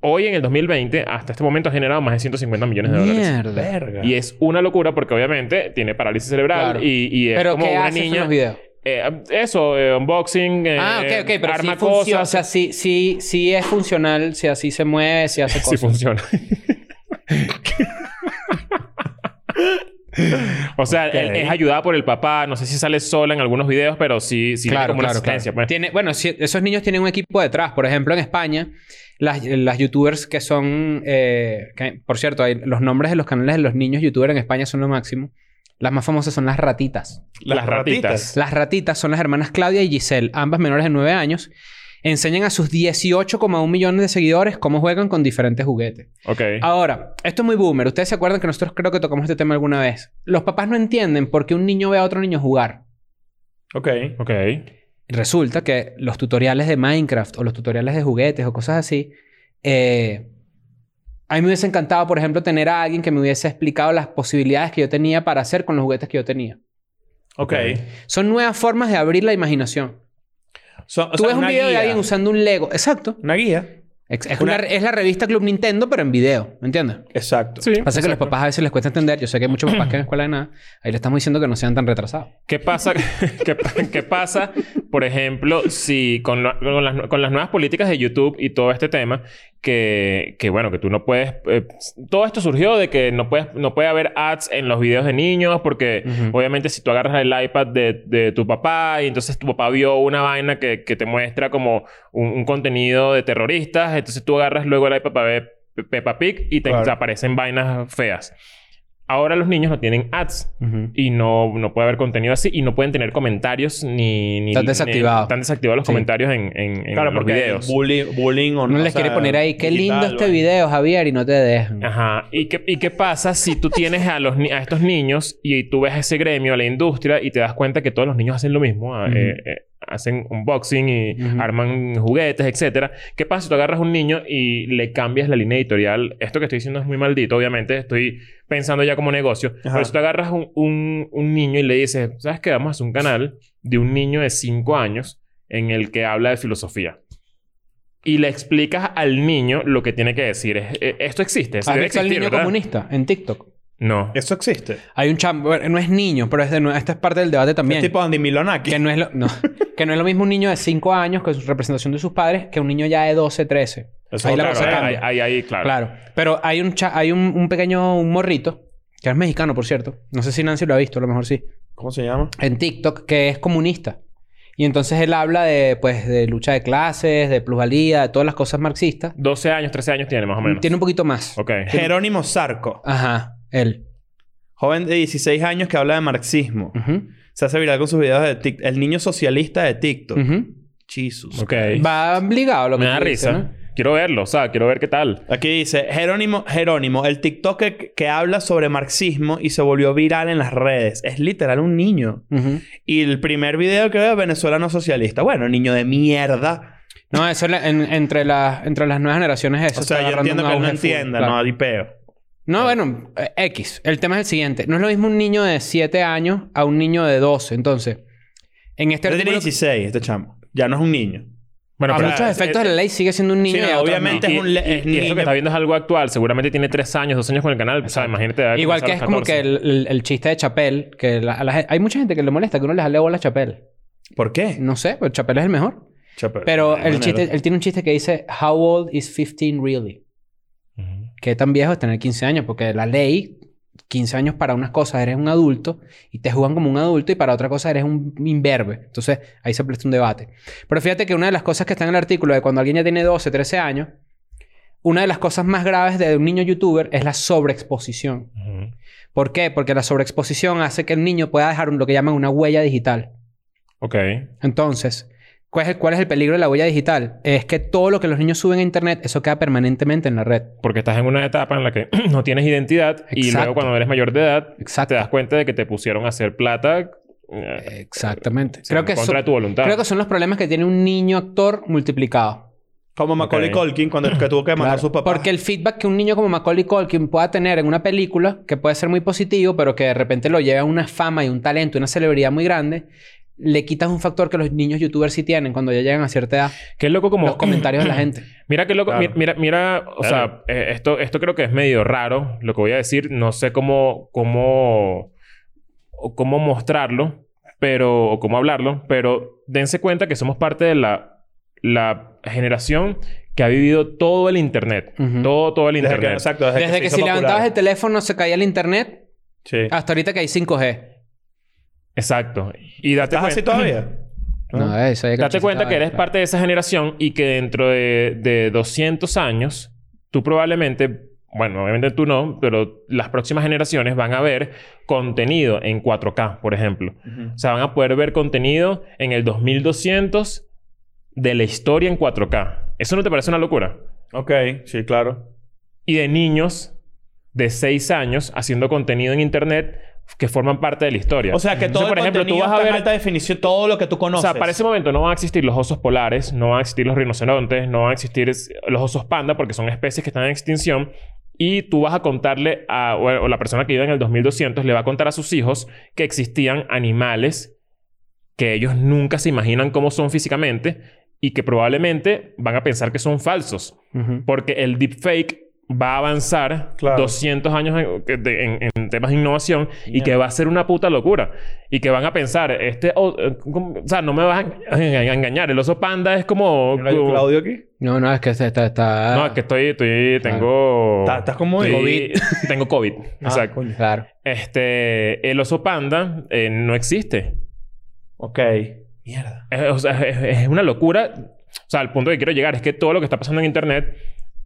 S2: Hoy en el 2020, hasta este momento ha generado más de 150 millones de dólares.
S4: Mierda.
S3: Verga.
S2: Y es una locura porque obviamente tiene parálisis cerebral
S4: Claro.
S2: y, y es
S4: Pero
S2: como
S4: ¿qué
S2: una
S4: haces en
S2: niña.
S4: los videos?
S2: eh, eso, eh, unboxing, eh,
S4: Ah, ok, ok, pero
S2: arma
S4: sí funciona. O
S2: cosas.
S4: sea, sí, sí, sí es funcional, si así se mueve, si
S2: (laughs)
S4: hace
S2: sí
S4: cosas.
S2: funciona. o sea,
S3: Ok.
S2: él es ayudada por el papá. No sé si sale sola en algunos videos, pero sí, sí tiene
S4: claro,
S2: como una
S4: claro,
S2: asistencia.
S4: claro.
S2: pues.
S4: Tiene, bueno, si- esos niños tienen un equipo detrás. Por ejemplo, en España, las, las youtubers que son... eh, que- por cierto, hay- los nombres de los canales de los niños youtubers en España son lo máximo. Las más famosas son las ratitas.
S2: Las ratitas.
S4: Las ratitas son las hermanas Claudia y Giselle, ambas menores de 9 años. Enseñan a sus 18,1 millones de seguidores cómo juegan con diferentes juguetes.
S2: Ok.
S4: Ah, Ahora, esto es muy boomer. Ustedes se acuerdan que nosotros creo que tocamos este tema alguna vez. Los papás no entienden por qué un niño ve a otro niño jugar.
S3: Ok.
S2: Ok.
S4: Resulta que los tutoriales de Minecraft o los tutoriales de juguetes o cosas así, eh, a mí me hubiese encantado, por ejemplo, tener a alguien que me hubiese explicado las posibilidades que yo tenía para hacer con los juguetes que yo tenía.
S3: Ok.
S4: Son nuevas formas de abrir la imaginación.
S3: So- o
S4: Tú
S3: sea,
S4: ves un
S3: una
S4: video de
S3: guía.
S4: alguien usando un Lego. Exacto.
S3: Una guía.
S4: Ex- Es,
S3: Una-
S4: una- es la revista Club Nintendo, pero en video. ¿Me entiendes?
S3: Exacto.
S2: Sí.
S4: Pasa que a los papás a veces les cuesta entender. Yo sé que hay muchos papás que en la escuela de nada. Ahí le estamos diciendo que no sean tan retrasados.
S2: ¿Qué pasa, (laughs) qué, pa- qué pasa, por ejemplo, si con, lo- con las, con las nuevas políticas de YouTube y todo este tema, que, que bueno, que tú no puedes... eh, todo esto surgió de que no, puedes, no puede haber ads en los videos de niños, porque
S4: Ujú.
S2: obviamente si tú agarras el iPad de, de tu papá y entonces tu papá vio una vaina que, que te muestra como un, un contenido de terroristas, entonces tú agarras luego el iPad para ver Pe- Peppa Pig y te
S3: Claro.
S2: te aparecen vainas feas. Ahora los niños no tienen ads y no, no puede haber contenido así y no pueden tener comentarios ni... ni
S4: Están
S2: ni-
S4: desactivados.
S2: están desactivados los
S4: Sí.
S2: comentarios en, en, en
S3: Claro,
S2: los
S3: porque
S2: videos.
S3: bullying, bullying o
S4: Uno
S3: o
S4: les
S3: sea,
S4: quiere poner ahí, qué lindo
S3: digital,
S4: este
S3: ¿vale?
S4: video, Javier, y no te dejan.
S2: Ajá. ¿Y qué, ¿Y qué pasa si tú tienes a, los, ni- a estos niños y tú ves ese gremio, la industria, y te das cuenta que todos los niños hacen lo mismo? ah,
S4: Ujú.
S2: eh, eh, hacen unboxing y
S4: Ujú.
S2: arman juguetes, etcétera. ¿Qué pasa si tú agarras un niño y le cambias la línea editorial? Esto que estoy diciendo es muy maldito, obviamente. Estoy pensando ya como negocio.
S3: Ajá.
S2: Pero si tú agarras un, un, un niño y le dices, ¿sabes qué? Vamos a hacer un canal de un niño de 5 años en el que habla de filosofía. Y le explicas al niño lo que tiene que decir. Es- eh, esto existe.
S4: ¿Has
S2: debe
S4: visto Ah, al
S2: existir,
S4: niño
S2: ¿verdad?
S4: comunista en TikTok?
S2: No.
S3: Eso existe.
S4: Hay un champ... bueno, no es niño, pero es de nue- esta es parte del debate también.
S3: Es tipo Andy Milonaki.
S4: Que no, es lo, no. que no es lo mismo un niño de 5 años con su representación de sus padres que un niño ya de 12, 13.
S3: Eso
S4: ahí la
S2: Claro,
S4: cosa
S2: ahí-
S4: cambia.
S2: ahí, ahí, claro.
S4: Claro. Pero hay un, cha- hay un, un pequeño un morrito, que es mexicano, por cierto. No sé si Nancy lo ha visto, a lo mejor sí.
S3: ¿Cómo se llama?
S4: En TikTok, que es comunista. Y entonces él habla de, pues, de lucha de clases, de plusvalía, de todas las cosas marxistas.
S2: 12 años, 13 años tiene más o menos.
S4: Tiene un poquito más.
S2: Ok.
S3: Jerónimo Sarco.
S4: Ajá. Él.
S3: Joven de 16 años que habla de marxismo.
S4: Ujú.
S3: Se hace viral con sus videos de TikTok. El niño socialista de TikTok.
S4: Ujú.
S3: Jesus.
S2: Ok.
S4: Va obligado lo que
S2: Me da
S4: tú dices,
S2: risa.
S4: ¿no?
S2: Quiero verlo, o sea, quiero ver qué tal.
S3: Aquí dice Jerónimo, Jerónimo, el TikTok que, que habla sobre marxismo y se volvió viral en las redes. Es literal un niño.
S4: Ujú.
S3: Y el primer video que veo es venezolano socialista. Bueno, niño de mierda.
S4: No, eso le- en- entre, las, entre las nuevas generaciones eso
S3: o sea,
S4: está
S3: yo
S4: agarrando
S3: entiendo
S4: un
S3: que él no
S4: auge full,
S3: entienda,
S4: claro.
S3: no hay peo.
S4: No, bueno, eh, X. El tema es el siguiente. No es lo mismo un niño de 7 años a un niño de 12. Entonces, en este
S3: Él tiene
S4: artículo...
S3: 16, este chamo. Ya no es un niño.
S2: Bueno,
S4: a
S2: pero-
S4: muchos
S3: eh,
S4: efectos de la ley sigue siendo un niño.
S3: sí, no,
S4: y a otros
S3: obviamente
S2: Y,
S3: es un le-
S2: y-
S3: es
S2: y eso
S3: niño.
S2: que estás viendo es algo actual. Seguramente tiene 3 años, 2 años con el canal. O sea, imagínate. debe
S4: Igual que
S2: comenzar
S4: es
S2: a
S4: como
S2: los 14.
S4: que el, el- el chiste de Chapel, que la- a la gen- hay mucha gente que le molesta que uno les jale bola a Chapel.
S3: ¿Por qué?
S4: No sé, pero Chapel es el mejor. Pero el chiste, él tiene un chiste que dice, How old is 15 really?
S2: Ujú.
S4: Que tan viejo es tener 15 años, porque la ley, 15 años para unas cosas eres un adulto y te juegan como un adulto y para otra cosa eres un imberbe. Entonces ahí se presta un debate. Pero fíjate que una de las cosas que está en el artículo de cuando alguien ya tiene 12, 13 años, una de las cosas más graves de un niño youtuber es la sobreexposición.
S2: Ujú.
S4: ¿Por qué? Porque la sobreexposición hace que el niño pueda dejar un- lo que llaman una huella digital.
S2: Ok.
S4: Entonces, ¿cuál es, el, cuál es el peligro de la huella digital? Es que todo lo que los niños suben a internet, eso queda permanentemente en la red.
S2: Porque estás en una etapa en la que (clears throat) no tienes identidad y
S4: Exacto.
S2: luego cuando eres mayor de edad te
S4: Exacto.
S2: das cuenta de que te pusieron a hacer plata. eh,
S4: Exactamente.
S2: sin-
S4: Creo que,
S2: en contra
S4: son-
S2: de tu voluntad.
S4: creo que son los problemas que tiene un niño actor multiplicado.
S3: Como Macaulay
S2: Ok.
S3: Culkin cuando que tuvo que matar
S4: Claro.
S3: a sus papás.
S4: Porque el feedback que un niño como Macaulay Culkin pueda tener en una película, que puede ser muy positivo, pero que de repente lo lleve a una fama y un talento, una celebridad muy grande, le quitas un factor que los niños youtubers sí tienen cuando ya llegan a cierta edad.
S2: Qué loco como...
S4: Los comentarios de la gente.
S2: (clears throat) Mira qué loco...
S3: Claro.
S2: mi- Mira, mira... O
S3: Claro.
S2: sea, eh, esto, esto creo que es medio raro lo que voy a decir. No sé cómo... cómo... o cómo mostrarlo. pero, o cómo hablarlo, pero dense cuenta que somos parte de la, la generación que ha vivido todo el Internet.
S4: Ujú.
S2: Todo, todo el
S3: Desde que,
S2: Internet.
S3: exacto, desde,
S4: Desde, que,
S3: se
S4: si
S3: hizo
S4: levantabas el
S3: popular.
S4: teléfono se caía el internet
S3: Sí.
S4: hasta ahorita que hay 5G.
S2: Ah. Exacto. Y date
S3: ¿Estás
S2: cuenta. (clears throat)
S3: así todavía?
S4: No, eh, eso hay que
S2: Date cuenta que eres parte de esa generación y que dentro de, de 200 años, tú probablemente, bueno, obviamente tú no, pero las próximas generaciones van a ver contenido en 4K, por ejemplo. O sea, van a poder ver contenido en el 2200 de la historia en 4K. ¿Eso no te parece una locura?
S3: Ok, sí, claro.
S2: Y de niños de 6 años haciendo contenido en Internet que forman parte de la historia.
S3: O sea, que todo
S2: Entonces,
S3: por ejemplo, tú vas a ver alta definición, todo lo que tú
S2: O
S3: conoces.
S2: sea, para ese momento no van a existir los osos polares, no van a existir los rinocerontes, no van a existir es- los osos panda porque son especies que están en extinción. Y tú vas a contarle a... O, o la persona que vive en el 2200 le va a contar a sus hijos que existían animales que ellos nunca se imaginan cómo son físicamente y que probablemente van a pensar que son falsos. Porque el deepfake va a avanzar
S3: Claro.
S2: 200 años en, de- en- en temas de innovación y
S3: Mierda.
S2: que va a ser una puta locura. Y que van a pensar, este... O, eh, ¿cómo? o sea, no me vas a, enga- a engañar. El oso panda es como...
S3: ¿Hay
S2: como-
S3: Claudio aquí?
S4: No, no, es que este está... está, está-
S2: No, es que estoy... estoy
S4: Ah. Claro.
S2: Tengo...
S3: Estás- estás como de
S2: estoy- (laughs) Tengo COVID.
S3: Ah,
S2: Exacto.
S3: coño.
S4: Claro.
S2: Este... El oso panda eh, no existe.
S3: Ok. Mierda.
S2: Es, o sea, es- es una locura. O sea, al punto que quiero llegar es que todo lo que está pasando en Internet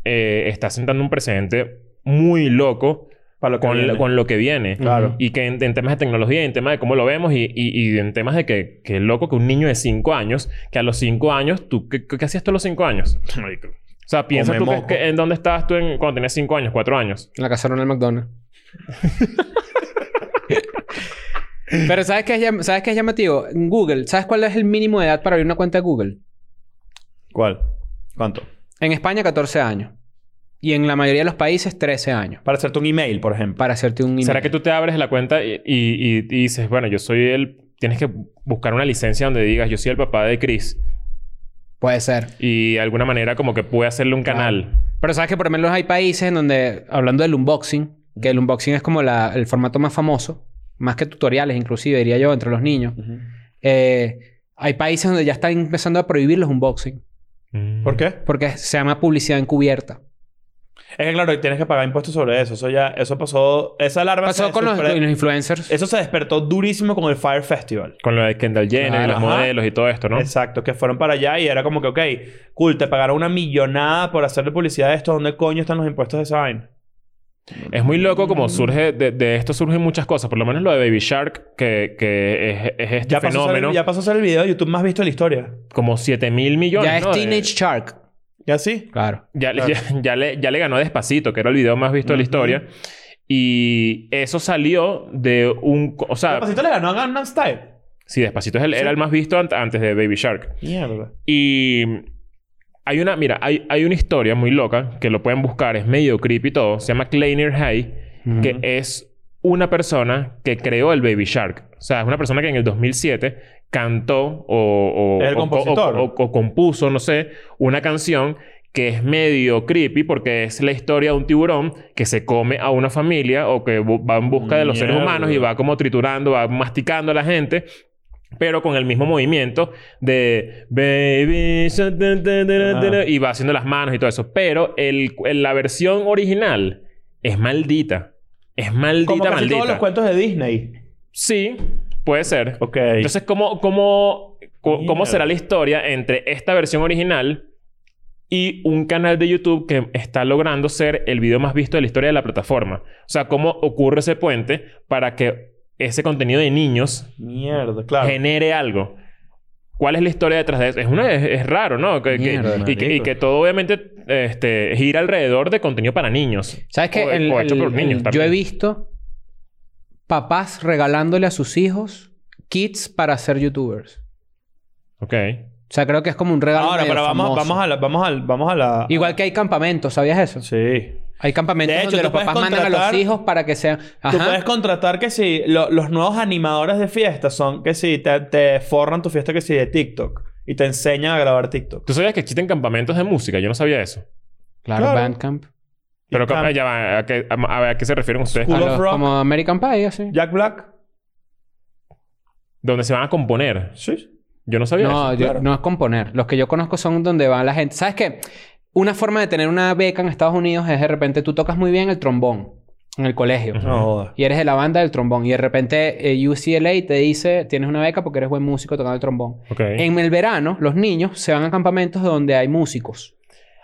S2: eh, está sentando un precedente muy loco
S3: Para lo que
S2: con,
S3: viene.
S2: con lo que viene.
S3: Claro.
S2: Y que en, en temas de tecnología, en temas de cómo lo vemos y, y- y en temas de que, que loco que un niño de 5 años, que a los 5 años, ¿tú qué, qué- qué hacías tú a los 5 años? O sea, piensa
S3: Come
S2: tú que-
S3: moco.
S2: que- en dónde estabas tú en- cuando tenías 5 años, 4 años.
S4: La casaron
S2: (laughs)
S4: al McDonald's. Pero ¿sabes qué, es llam- ¿sabes qué es llamativo? En Google, ¿sabes cuál es el mínimo de edad para abrir una cuenta de Google?
S3: ¿Cuál? ¿Cuánto?
S4: En España, 14 años. Y en la mayoría de los países, 13 años.
S3: Para hacerte un email, por ejemplo.
S4: Para hacerte un email.
S2: ¿Será que tú te abres la cuenta y, y- y- y dices, bueno, yo soy el... Tienes que buscar una licencia donde digas, yo soy el papá de Chris.
S4: Puede ser.
S2: Y de alguna manera como que puede hacerle un canal.
S4: Pero sabes que por lo menos hay países en donde, hablando del unboxing, que el unboxing es como la- el formato más famoso, más que tutoriales inclusive, diría yo, entre los niños.
S3: Ujú.
S4: Eh, hay países donde ya están empezando a prohibir los unboxing,
S2: Mm.
S3: ¿Por qué?
S4: porque se llama publicidad encubierta.
S3: Es que claro, tienes que pagar impuestos sobre eso. Eso ya... Eso pasó... Esa alarma...
S4: Pasó
S3: se
S4: con los,
S3: despre-
S4: con los influencers.
S3: Eso se despertó durísimo con el Fire Festival.
S2: Con lo de Kendall Jenner y
S4: Claro,
S2: los
S3: ajá.
S2: modelos y todo esto, ¿no?
S3: Exacto, que fueron para allá y era como que, ok, cool, te pagaron una millonada por hacerle publicidad de esto. ¿Dónde coño están los impuestos de esa vaina?
S2: Es muy loco como surge... De, de esto surgen muchas cosas. Por lo menos lo de Baby Shark, que, que es, es este
S3: Ya pasó, a ser,
S2: fenómeno.
S3: ya pasó a ser el video de YouTube más visto de la historia.
S2: Como 7 mil millones,
S4: ya es
S2: ¿no? Eh, De-
S4: Teenage Shark.
S3: ¿Ya sí?
S4: Claro.
S2: Ya, le-
S3: Claro.
S2: ya- ya le, ya le ganó Despacito, que era el video más visto de la historia. Y eso salió de un... co- O sea,
S3: Despacito le ganó a Gangnam Style.
S2: sí, Despacito es el- era el más visto an- antes de Baby Shark.
S3: Mierda.
S2: Y hay una, mira, hay, hay una historia muy loca que lo pueden buscar, es medio creepy y todo. Se llama Kleiner Hay, que es una persona que creó el Baby Shark. O sea, es una persona que en el 2007 cantó o, o,
S3: Es el
S2: o-
S3: compositor.
S2: o- o- o compuso, no sé, una canción que es medio creepy porque es la historia de un tiburón que se come a una familia o que bu- va en busca de los seres
S3: Mierda.
S2: humanos y va como triturando, va masticando a la gente pero con el mismo movimiento de baby sha- da- da- da- da- da-
S3: Ajá.
S2: y va haciendo las manos y todo eso. Pero el, el- la versión original es maldita. Es maldita,
S3: Como casi todos los
S2: maldita.
S3: cuentos de Disney.
S2: Sí, puede ser.
S3: Ok.
S2: Entonces, ¿cómo, cómo, co-
S3: Mierda.
S2: ¿cómo será la historia entre esta versión original y un canal de YouTube que está logrando ser el video más visto de la historia de la plataforma? O sea, ¿cómo ocurre ese puente para que ese contenido de niños
S3: Mierda, claro.
S2: genere algo. ¿Cuál es la historia detrás de eso? Es, una, es, es raro, ¿no? Que, que-
S4: Mierda,
S2: y, que, y
S3: marico.
S2: que todo obviamente este, gira alredor de contenido para niños.
S4: ¿Sabes qué?
S2: O-
S4: El-
S2: o hecho
S4: el-
S2: por niños
S4: el- yo
S2: también.
S4: he visto papás regalándole a sus hijos kits para ser youtubers.
S2: Ok.
S4: O sea, creo que es como un regalo.
S3: Ahora,
S4: medio
S3: pero vamos,
S4: famoso.
S3: vamos a la... Vamos a, vamos a la...
S4: Igual que hay campamentos, ¿sabías eso?
S3: Sí.
S4: Hay campamentos
S3: De hecho,
S4: donde
S3: tú
S4: los
S3: puedes
S4: papás mandan a
S3: contratar-
S4: los hijos para que sean.
S3: Tú puedes contratar que si lo- los nuevos animadores de fiestas son que si te, te forran tu fiesta que si de TikTok y te enseñan a grabar TikTok.
S2: ¿Tú sabías que existen campamentos de música? Yo no sabía eso.
S4: Claro,
S3: Claro.
S4: Bandcamp.
S2: Pero
S3: Y cam-
S2: ah, ya va, ¿a qué, a, a ver, ¿a qué se refieren ustedes?
S3: School
S4: A
S3: of
S4: los-
S3: Rock.
S4: como American Pie, así.
S3: Jack Black.
S2: donde se van a componer.
S3: Sí.
S2: Yo no sabía.
S4: No,
S2: eso.
S4: yo-
S3: claro.
S4: no es componer. Los que yo conozco son donde va la gente. ¿Sabes qué? Una forma de tener una beca en Estados Unidos es de repente tú tocas muy bien el trombón en el colegio.
S2: Ujú.
S3: No jodas.
S4: Y eres de la banda del trombón. Y de repente eh, UCLA te dice, tienes una beca porque eres buen músico tocando el trombón.
S2: Ok.
S4: En el verano, los niños se van a campamentos donde hay músicos.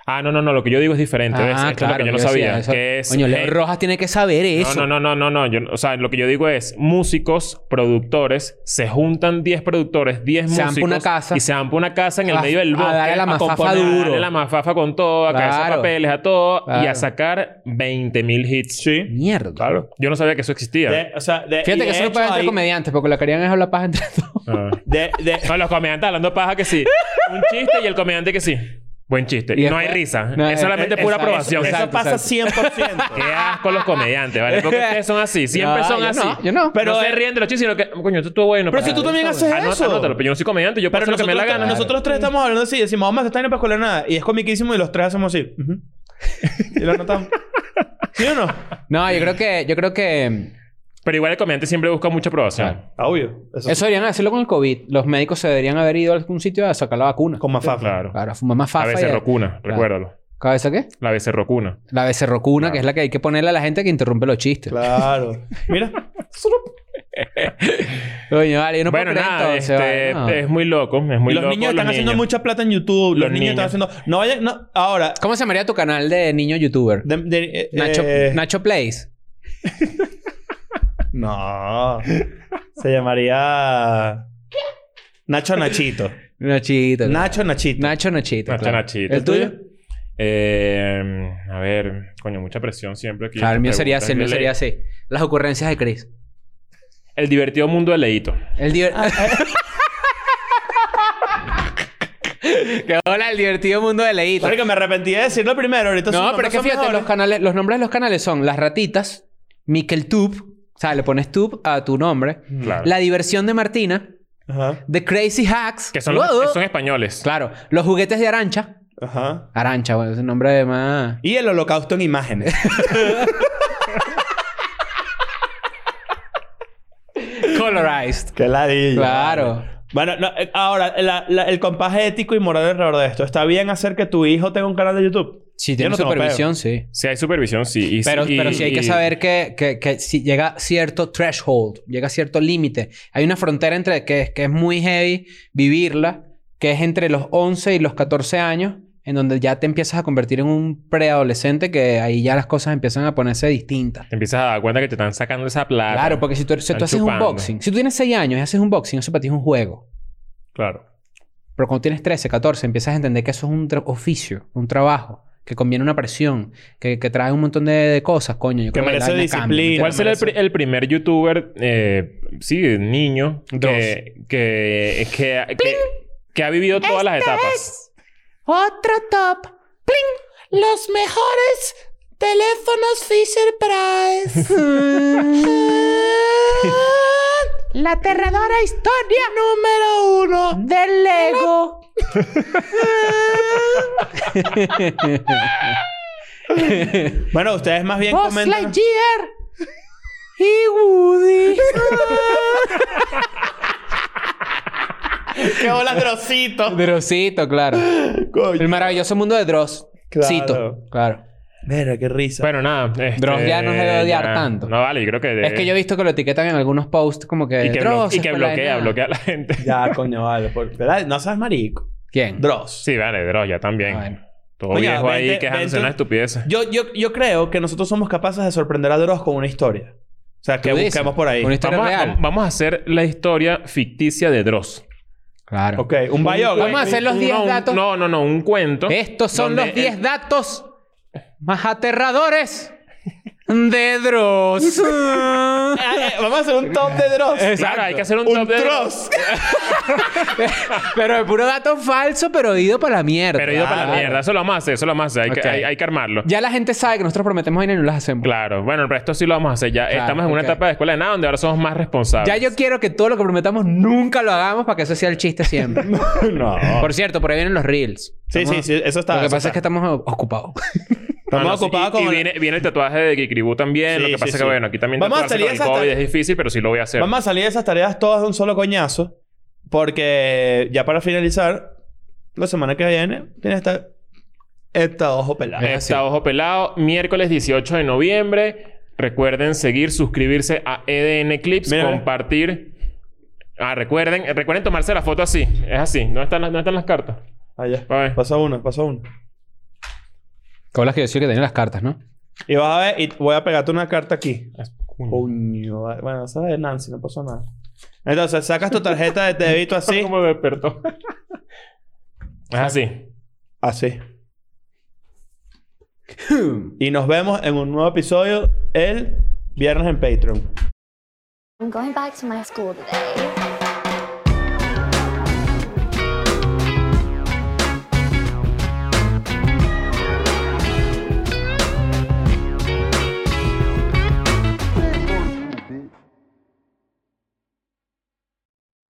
S2: Ah, no, no, no. Lo que yo digo es diferente. ¿ves? Esto es lo que yo no
S4: Ah, yo decía,
S2: sabía.
S4: eso-
S2: que es
S4: Coño, Leo
S2: gen-
S4: Rojas tiene que saber eso.
S2: No, no, no, no, no. no. Yo- o sea, lo que yo digo es músicos, productores, se juntan 10 productores, 10
S4: Se
S2: músicos.
S4: ampa una casa.
S2: Y se ampa una casa en el
S4: A-
S2: medio del
S4: a
S2: bosque.
S4: darle la mafafa
S2: componer,
S4: duro.
S2: A darle la mafafa con todo, a caerse
S4: Claro.
S2: papeles, a todo. Y a
S4: Claro.
S2: sacar 20.000 hits.
S3: Sí.
S4: Mierda.
S3: Claro.
S2: Yo no sabía que eso existía.
S3: De- o sea, de- y
S4: Fíjate
S3: de
S4: que eso no
S3: hecho
S4: puede entre
S3: hay-
S4: comediantes porque lo que harían es hablar paja entre (laughs) todos.
S2: Ah.
S3: de- de- (laughs)
S2: No, los comediantes hablando paja que sí. Un chiste y el comediante que sí. Buen chiste.
S4: Y
S2: no
S4: después-
S2: hay risa.
S4: No,
S2: es solamente
S4: eh,
S2: pura
S4: exacto,
S2: aprobación.
S3: Eso
S4: exacto,
S3: pasa
S4: exacto.
S3: 100%.
S2: Qué asco los comediantes, ¿vale? Porque ustedes son así. Siempre
S4: (laughs) No,
S2: son
S4: yo
S2: así.
S4: no, yo no.
S2: Pero
S3: Pero,
S2: no se
S3: eh,
S2: ríen de los chistes, sino que... Coño, esto estuvo bueno.
S3: Pero si
S2: para-
S3: tú también haces
S2: Anota-
S3: eso.
S2: Anótalo. Pero yo no soy comediante. Yo puedo hacer
S3: Pero
S2: lo que me dé la gana.
S3: nosotros tres estamos hablando así y decimos, vamos a hacer esta vaina para escuela nada. Y es comiquísimo y los tres hacemos así. Ujú. y lo anotamos. ¿Sí o no?
S4: No, yo creo que... Yo creo que...
S2: Pero igual el comediante siempre busca mucha aprobación.
S4: Claro.
S3: Ah, Obvio. Eso,
S4: Eso deberían hacerlo con el COVID. Los médicos se deberían haber ido a algún sitio a sacar la vacuna.
S3: con más fácil.
S2: Claro.
S4: Claro, fumar más
S2: La
S4: fafa. y-
S2: becerrocuna. Recuérdalo.
S4: ¿Cabeza qué?
S2: La becerrocuna.
S4: La becerrocuna, que es la que hay que ponerle a la gente que interrumpe los chistes.
S3: Claro. Mira.
S4: Coño, vale, yo no
S2: bueno,
S4: puedo creer
S2: nada.
S4: entonces,
S2: este,
S4: vale, no.
S2: Es muy loco. Es muy
S3: los
S2: loco
S3: niños están haciendo
S2: niños.
S3: mucha plata en YouTube. Los,
S2: Los
S3: niños, están haciendo... No vayan... No. Ahora...
S4: ¿Cómo se llamaría tu canal de niño youtuber?
S3: de- de- eh,
S4: Nacho,
S3: eh,
S4: Nacho Plays.
S3: No. Se llamaría... Nacho Nachito.
S4: Nachito.
S3: Nacho Nachito.
S4: Nacho Nachito.
S2: Nacho
S4: claro.
S2: Nachito.
S4: ¿El tuyo?
S2: Eh, a ver, coño, mucha presión siempre aquí.
S4: Claro, el mío sería así. El mío
S2: Preguntas.
S4: sería así. Las ocurrencias de Chris.
S2: El divertido mundo de Leito.
S4: El diver... (laughs) que hola, el divertido mundo de Leito.
S3: Marico, me arrepentí de decirlo primero. Ahorita sus
S4: No, pero
S3: nombres
S4: es que
S3: son
S4: fíjate,
S3: mejores.
S4: los, canales, los nombres de los canales son Las Ratitas, Miquel Tube, o sea, le pones Tube a tu nombre,
S2: Claro.
S4: La Diversión de Martina,
S3: Ajá.
S4: The Crazy Hacks,
S2: Que son,
S4: Wow.
S2: los, son españoles.
S4: Claro, Los Juguetes de Arancha.
S3: Ajá.
S4: Arancha, bueno, es el nombre de más...
S3: Y el holocausto en imágenes.
S4: Colorized.
S3: Qué ladilla.
S4: Claro.
S3: Bueno, no, eh, ahora, la- la- el compás ético y moral alrededor de esto. ¿Está bien hacer que tu hijo tenga un canal de YouTube?
S4: Si
S3: Yo
S4: tiene
S3: no tengo
S4: supervisión, sí.
S2: Si hay supervisión, sí. Y-
S4: Pero,
S2: y-
S4: pero sí hay que
S2: y-
S4: saber que, que- que si llega cierto threshold, llega cierto límite. Hay una frontera entre que, que es muy heavy vivirla, que es entre los 11 y los 14 años, en donde ya te empiezas a convertir en un preadolescente que ahí ya las cosas empiezan a ponerse distintas.
S2: Te empiezas a dar cuenta que te están sacando esa plata.
S4: Claro, porque si tú, si tú
S2: Están
S4: haces un
S2: chupando.
S4: boxing, si tú tienes 6 años y haces un boxing, eso para ti es un juego.
S2: Claro.
S4: Pero cuando tienes 13, 14, empiezas a entender que eso es un tra- oficio, un trabajo, que conviene una presión, que, que trae un montón de, de cosas, coño. Yo
S3: Que
S4: creo la
S3: merece
S4: vaina cambia,
S3: disciplina.
S4: ¿me
S2: ¿Cuál será el,
S3: merece.
S2: pri- el primer youtuber, eh, sí, niño, que, que, que, que, que ha vivido todas las
S3: Este
S2: etapas?
S6: Este Otro top. ¡Pling! Los mejores teléfonos Fisher Price.
S2: (laughs)
S6: La aterradora historia número uno del Lego.
S3: Bueno, ustedes más bien
S6: Buzz
S3: comentan...
S6: Lightyear y Woody.
S3: ¡Qué bolas Drosito!
S4: (laughs) Drosito, claro. El maravilloso mundo de Dross.
S3: Claro.
S4: Cito. Claro.
S3: Mira, qué risa.
S2: Bueno, nada. este,
S4: Dross ya no se debe odiar
S2: ya.
S4: tanto.
S2: No, vale. Yo creo que...
S4: Es que yo he visto que lo etiquetan en algunos posts como que.
S2: Y que, blo-
S4: Dross
S2: y
S4: es
S2: que
S4: por la
S2: bloquea,
S4: vaina".
S2: bloquea a la gente.
S3: Ya, coño, vale. por- ¿Verdad? No seas marico.
S4: ¿Quién?
S3: Dross.
S2: Sí, vale. Dross ya también.
S4: Ah, bueno.
S2: Todo
S3: Coño,
S2: viejo ahí
S3: vente-
S2: quejándose
S3: vente-
S2: de una estupidez.
S3: Yo, yo, yo creo que nosotros somos capaces de sorprender a Dross con una historia. O sea, que
S4: ¿Tú dices?
S3: busquemos por ahí.
S4: Una historia
S2: Vamos, a-
S4: real.
S2: vamos a hacer la historia ficticia de Dross.
S4: Claro.
S3: Ok, un biógrafo.
S4: Vamos a hacer los
S2: Un-
S4: 10
S2: no, un-
S4: datos.
S2: No, no, no. Un cuento.
S4: Estos son
S2: donde
S4: los 10
S2: él-
S4: datos más aterradores de Dross.
S2: (laughs)
S3: Ah, eh, Vamos a hacer un top de Dross.
S2: Claro, hay que hacer un,
S3: Un
S2: top de
S3: Dross.
S4: pero de puro dato falso, pero ido para la mierda.
S2: Pero ido para la
S4: Claro.
S2: mierda. Eso lo vamos a hacer. Eso lo vamos a hacer. Hay,
S4: Ok.
S2: que, hay, hay que armarlo.
S4: Ya la gente sabe que nosotros prometemos y no las hacemos.
S2: Claro. Bueno, pero esto sí lo vamos a hacer. Ya
S4: Claro,
S2: estamos en una
S4: ok.
S2: etapa de escuela de nada donde ahora somos más responsables.
S4: Ya yo quiero que todo lo que prometamos nunca lo hagamos para que eso sea el chiste siempre.
S3: (laughs) no.
S4: Por cierto, por ahí vienen los reels.
S3: Sí,
S4: Estamos-
S3: sí, sí. Eso está.
S4: Lo que
S3: eso
S4: pasa
S3: está.
S4: es que estamos ocupados.
S3: Estamos
S2: Ah, no, sí,
S3: ocupados
S2: y, y
S3: con la-
S2: viene, viene el tatuaje de Kikribu también.
S3: Sí,
S2: lo que
S3: sí,
S2: pasa es que,
S3: sí.
S2: bueno, aquí también
S3: Vamos a
S2: tatuarse
S3: salir
S2: con el
S3: esa-
S2: COVID es difícil, pero sí lo voy a hacer.
S3: Vamos a salir de esas tareas todas de un solo coñazo. Porque ya para finalizar, la semana que viene, tiene esta... Esta ojo pelado.
S2: Está Ojo Pelado, miércoles 18 de noviembre. Recuerden seguir, suscribirse a EDN Clips,
S3: Mira.
S2: compartir. Ah, recuerden, eh, recuerden tomarse la foto así. Es así. ¿Dónde están las, dónde están las cartas?
S3: Allá.
S2: A ver.
S3: Pasa una, pasa una.
S4: Con las que yo decía que tenía las cartas, ¿no?
S3: Y vas a ver, y voy a pegarte una carta aquí.
S2: Ah, Es-
S3: oh, Coño, va- bueno, esa es de Nancy, no pasó nada. Entonces, sacas tu tarjeta de
S2: (laughs)
S3: débito así.
S2: ¿Cómo despertó? es así.
S3: Así. Y nos vemos en un nuevo episodio el viernes en Patreon.
S1: I'm going back to my school today.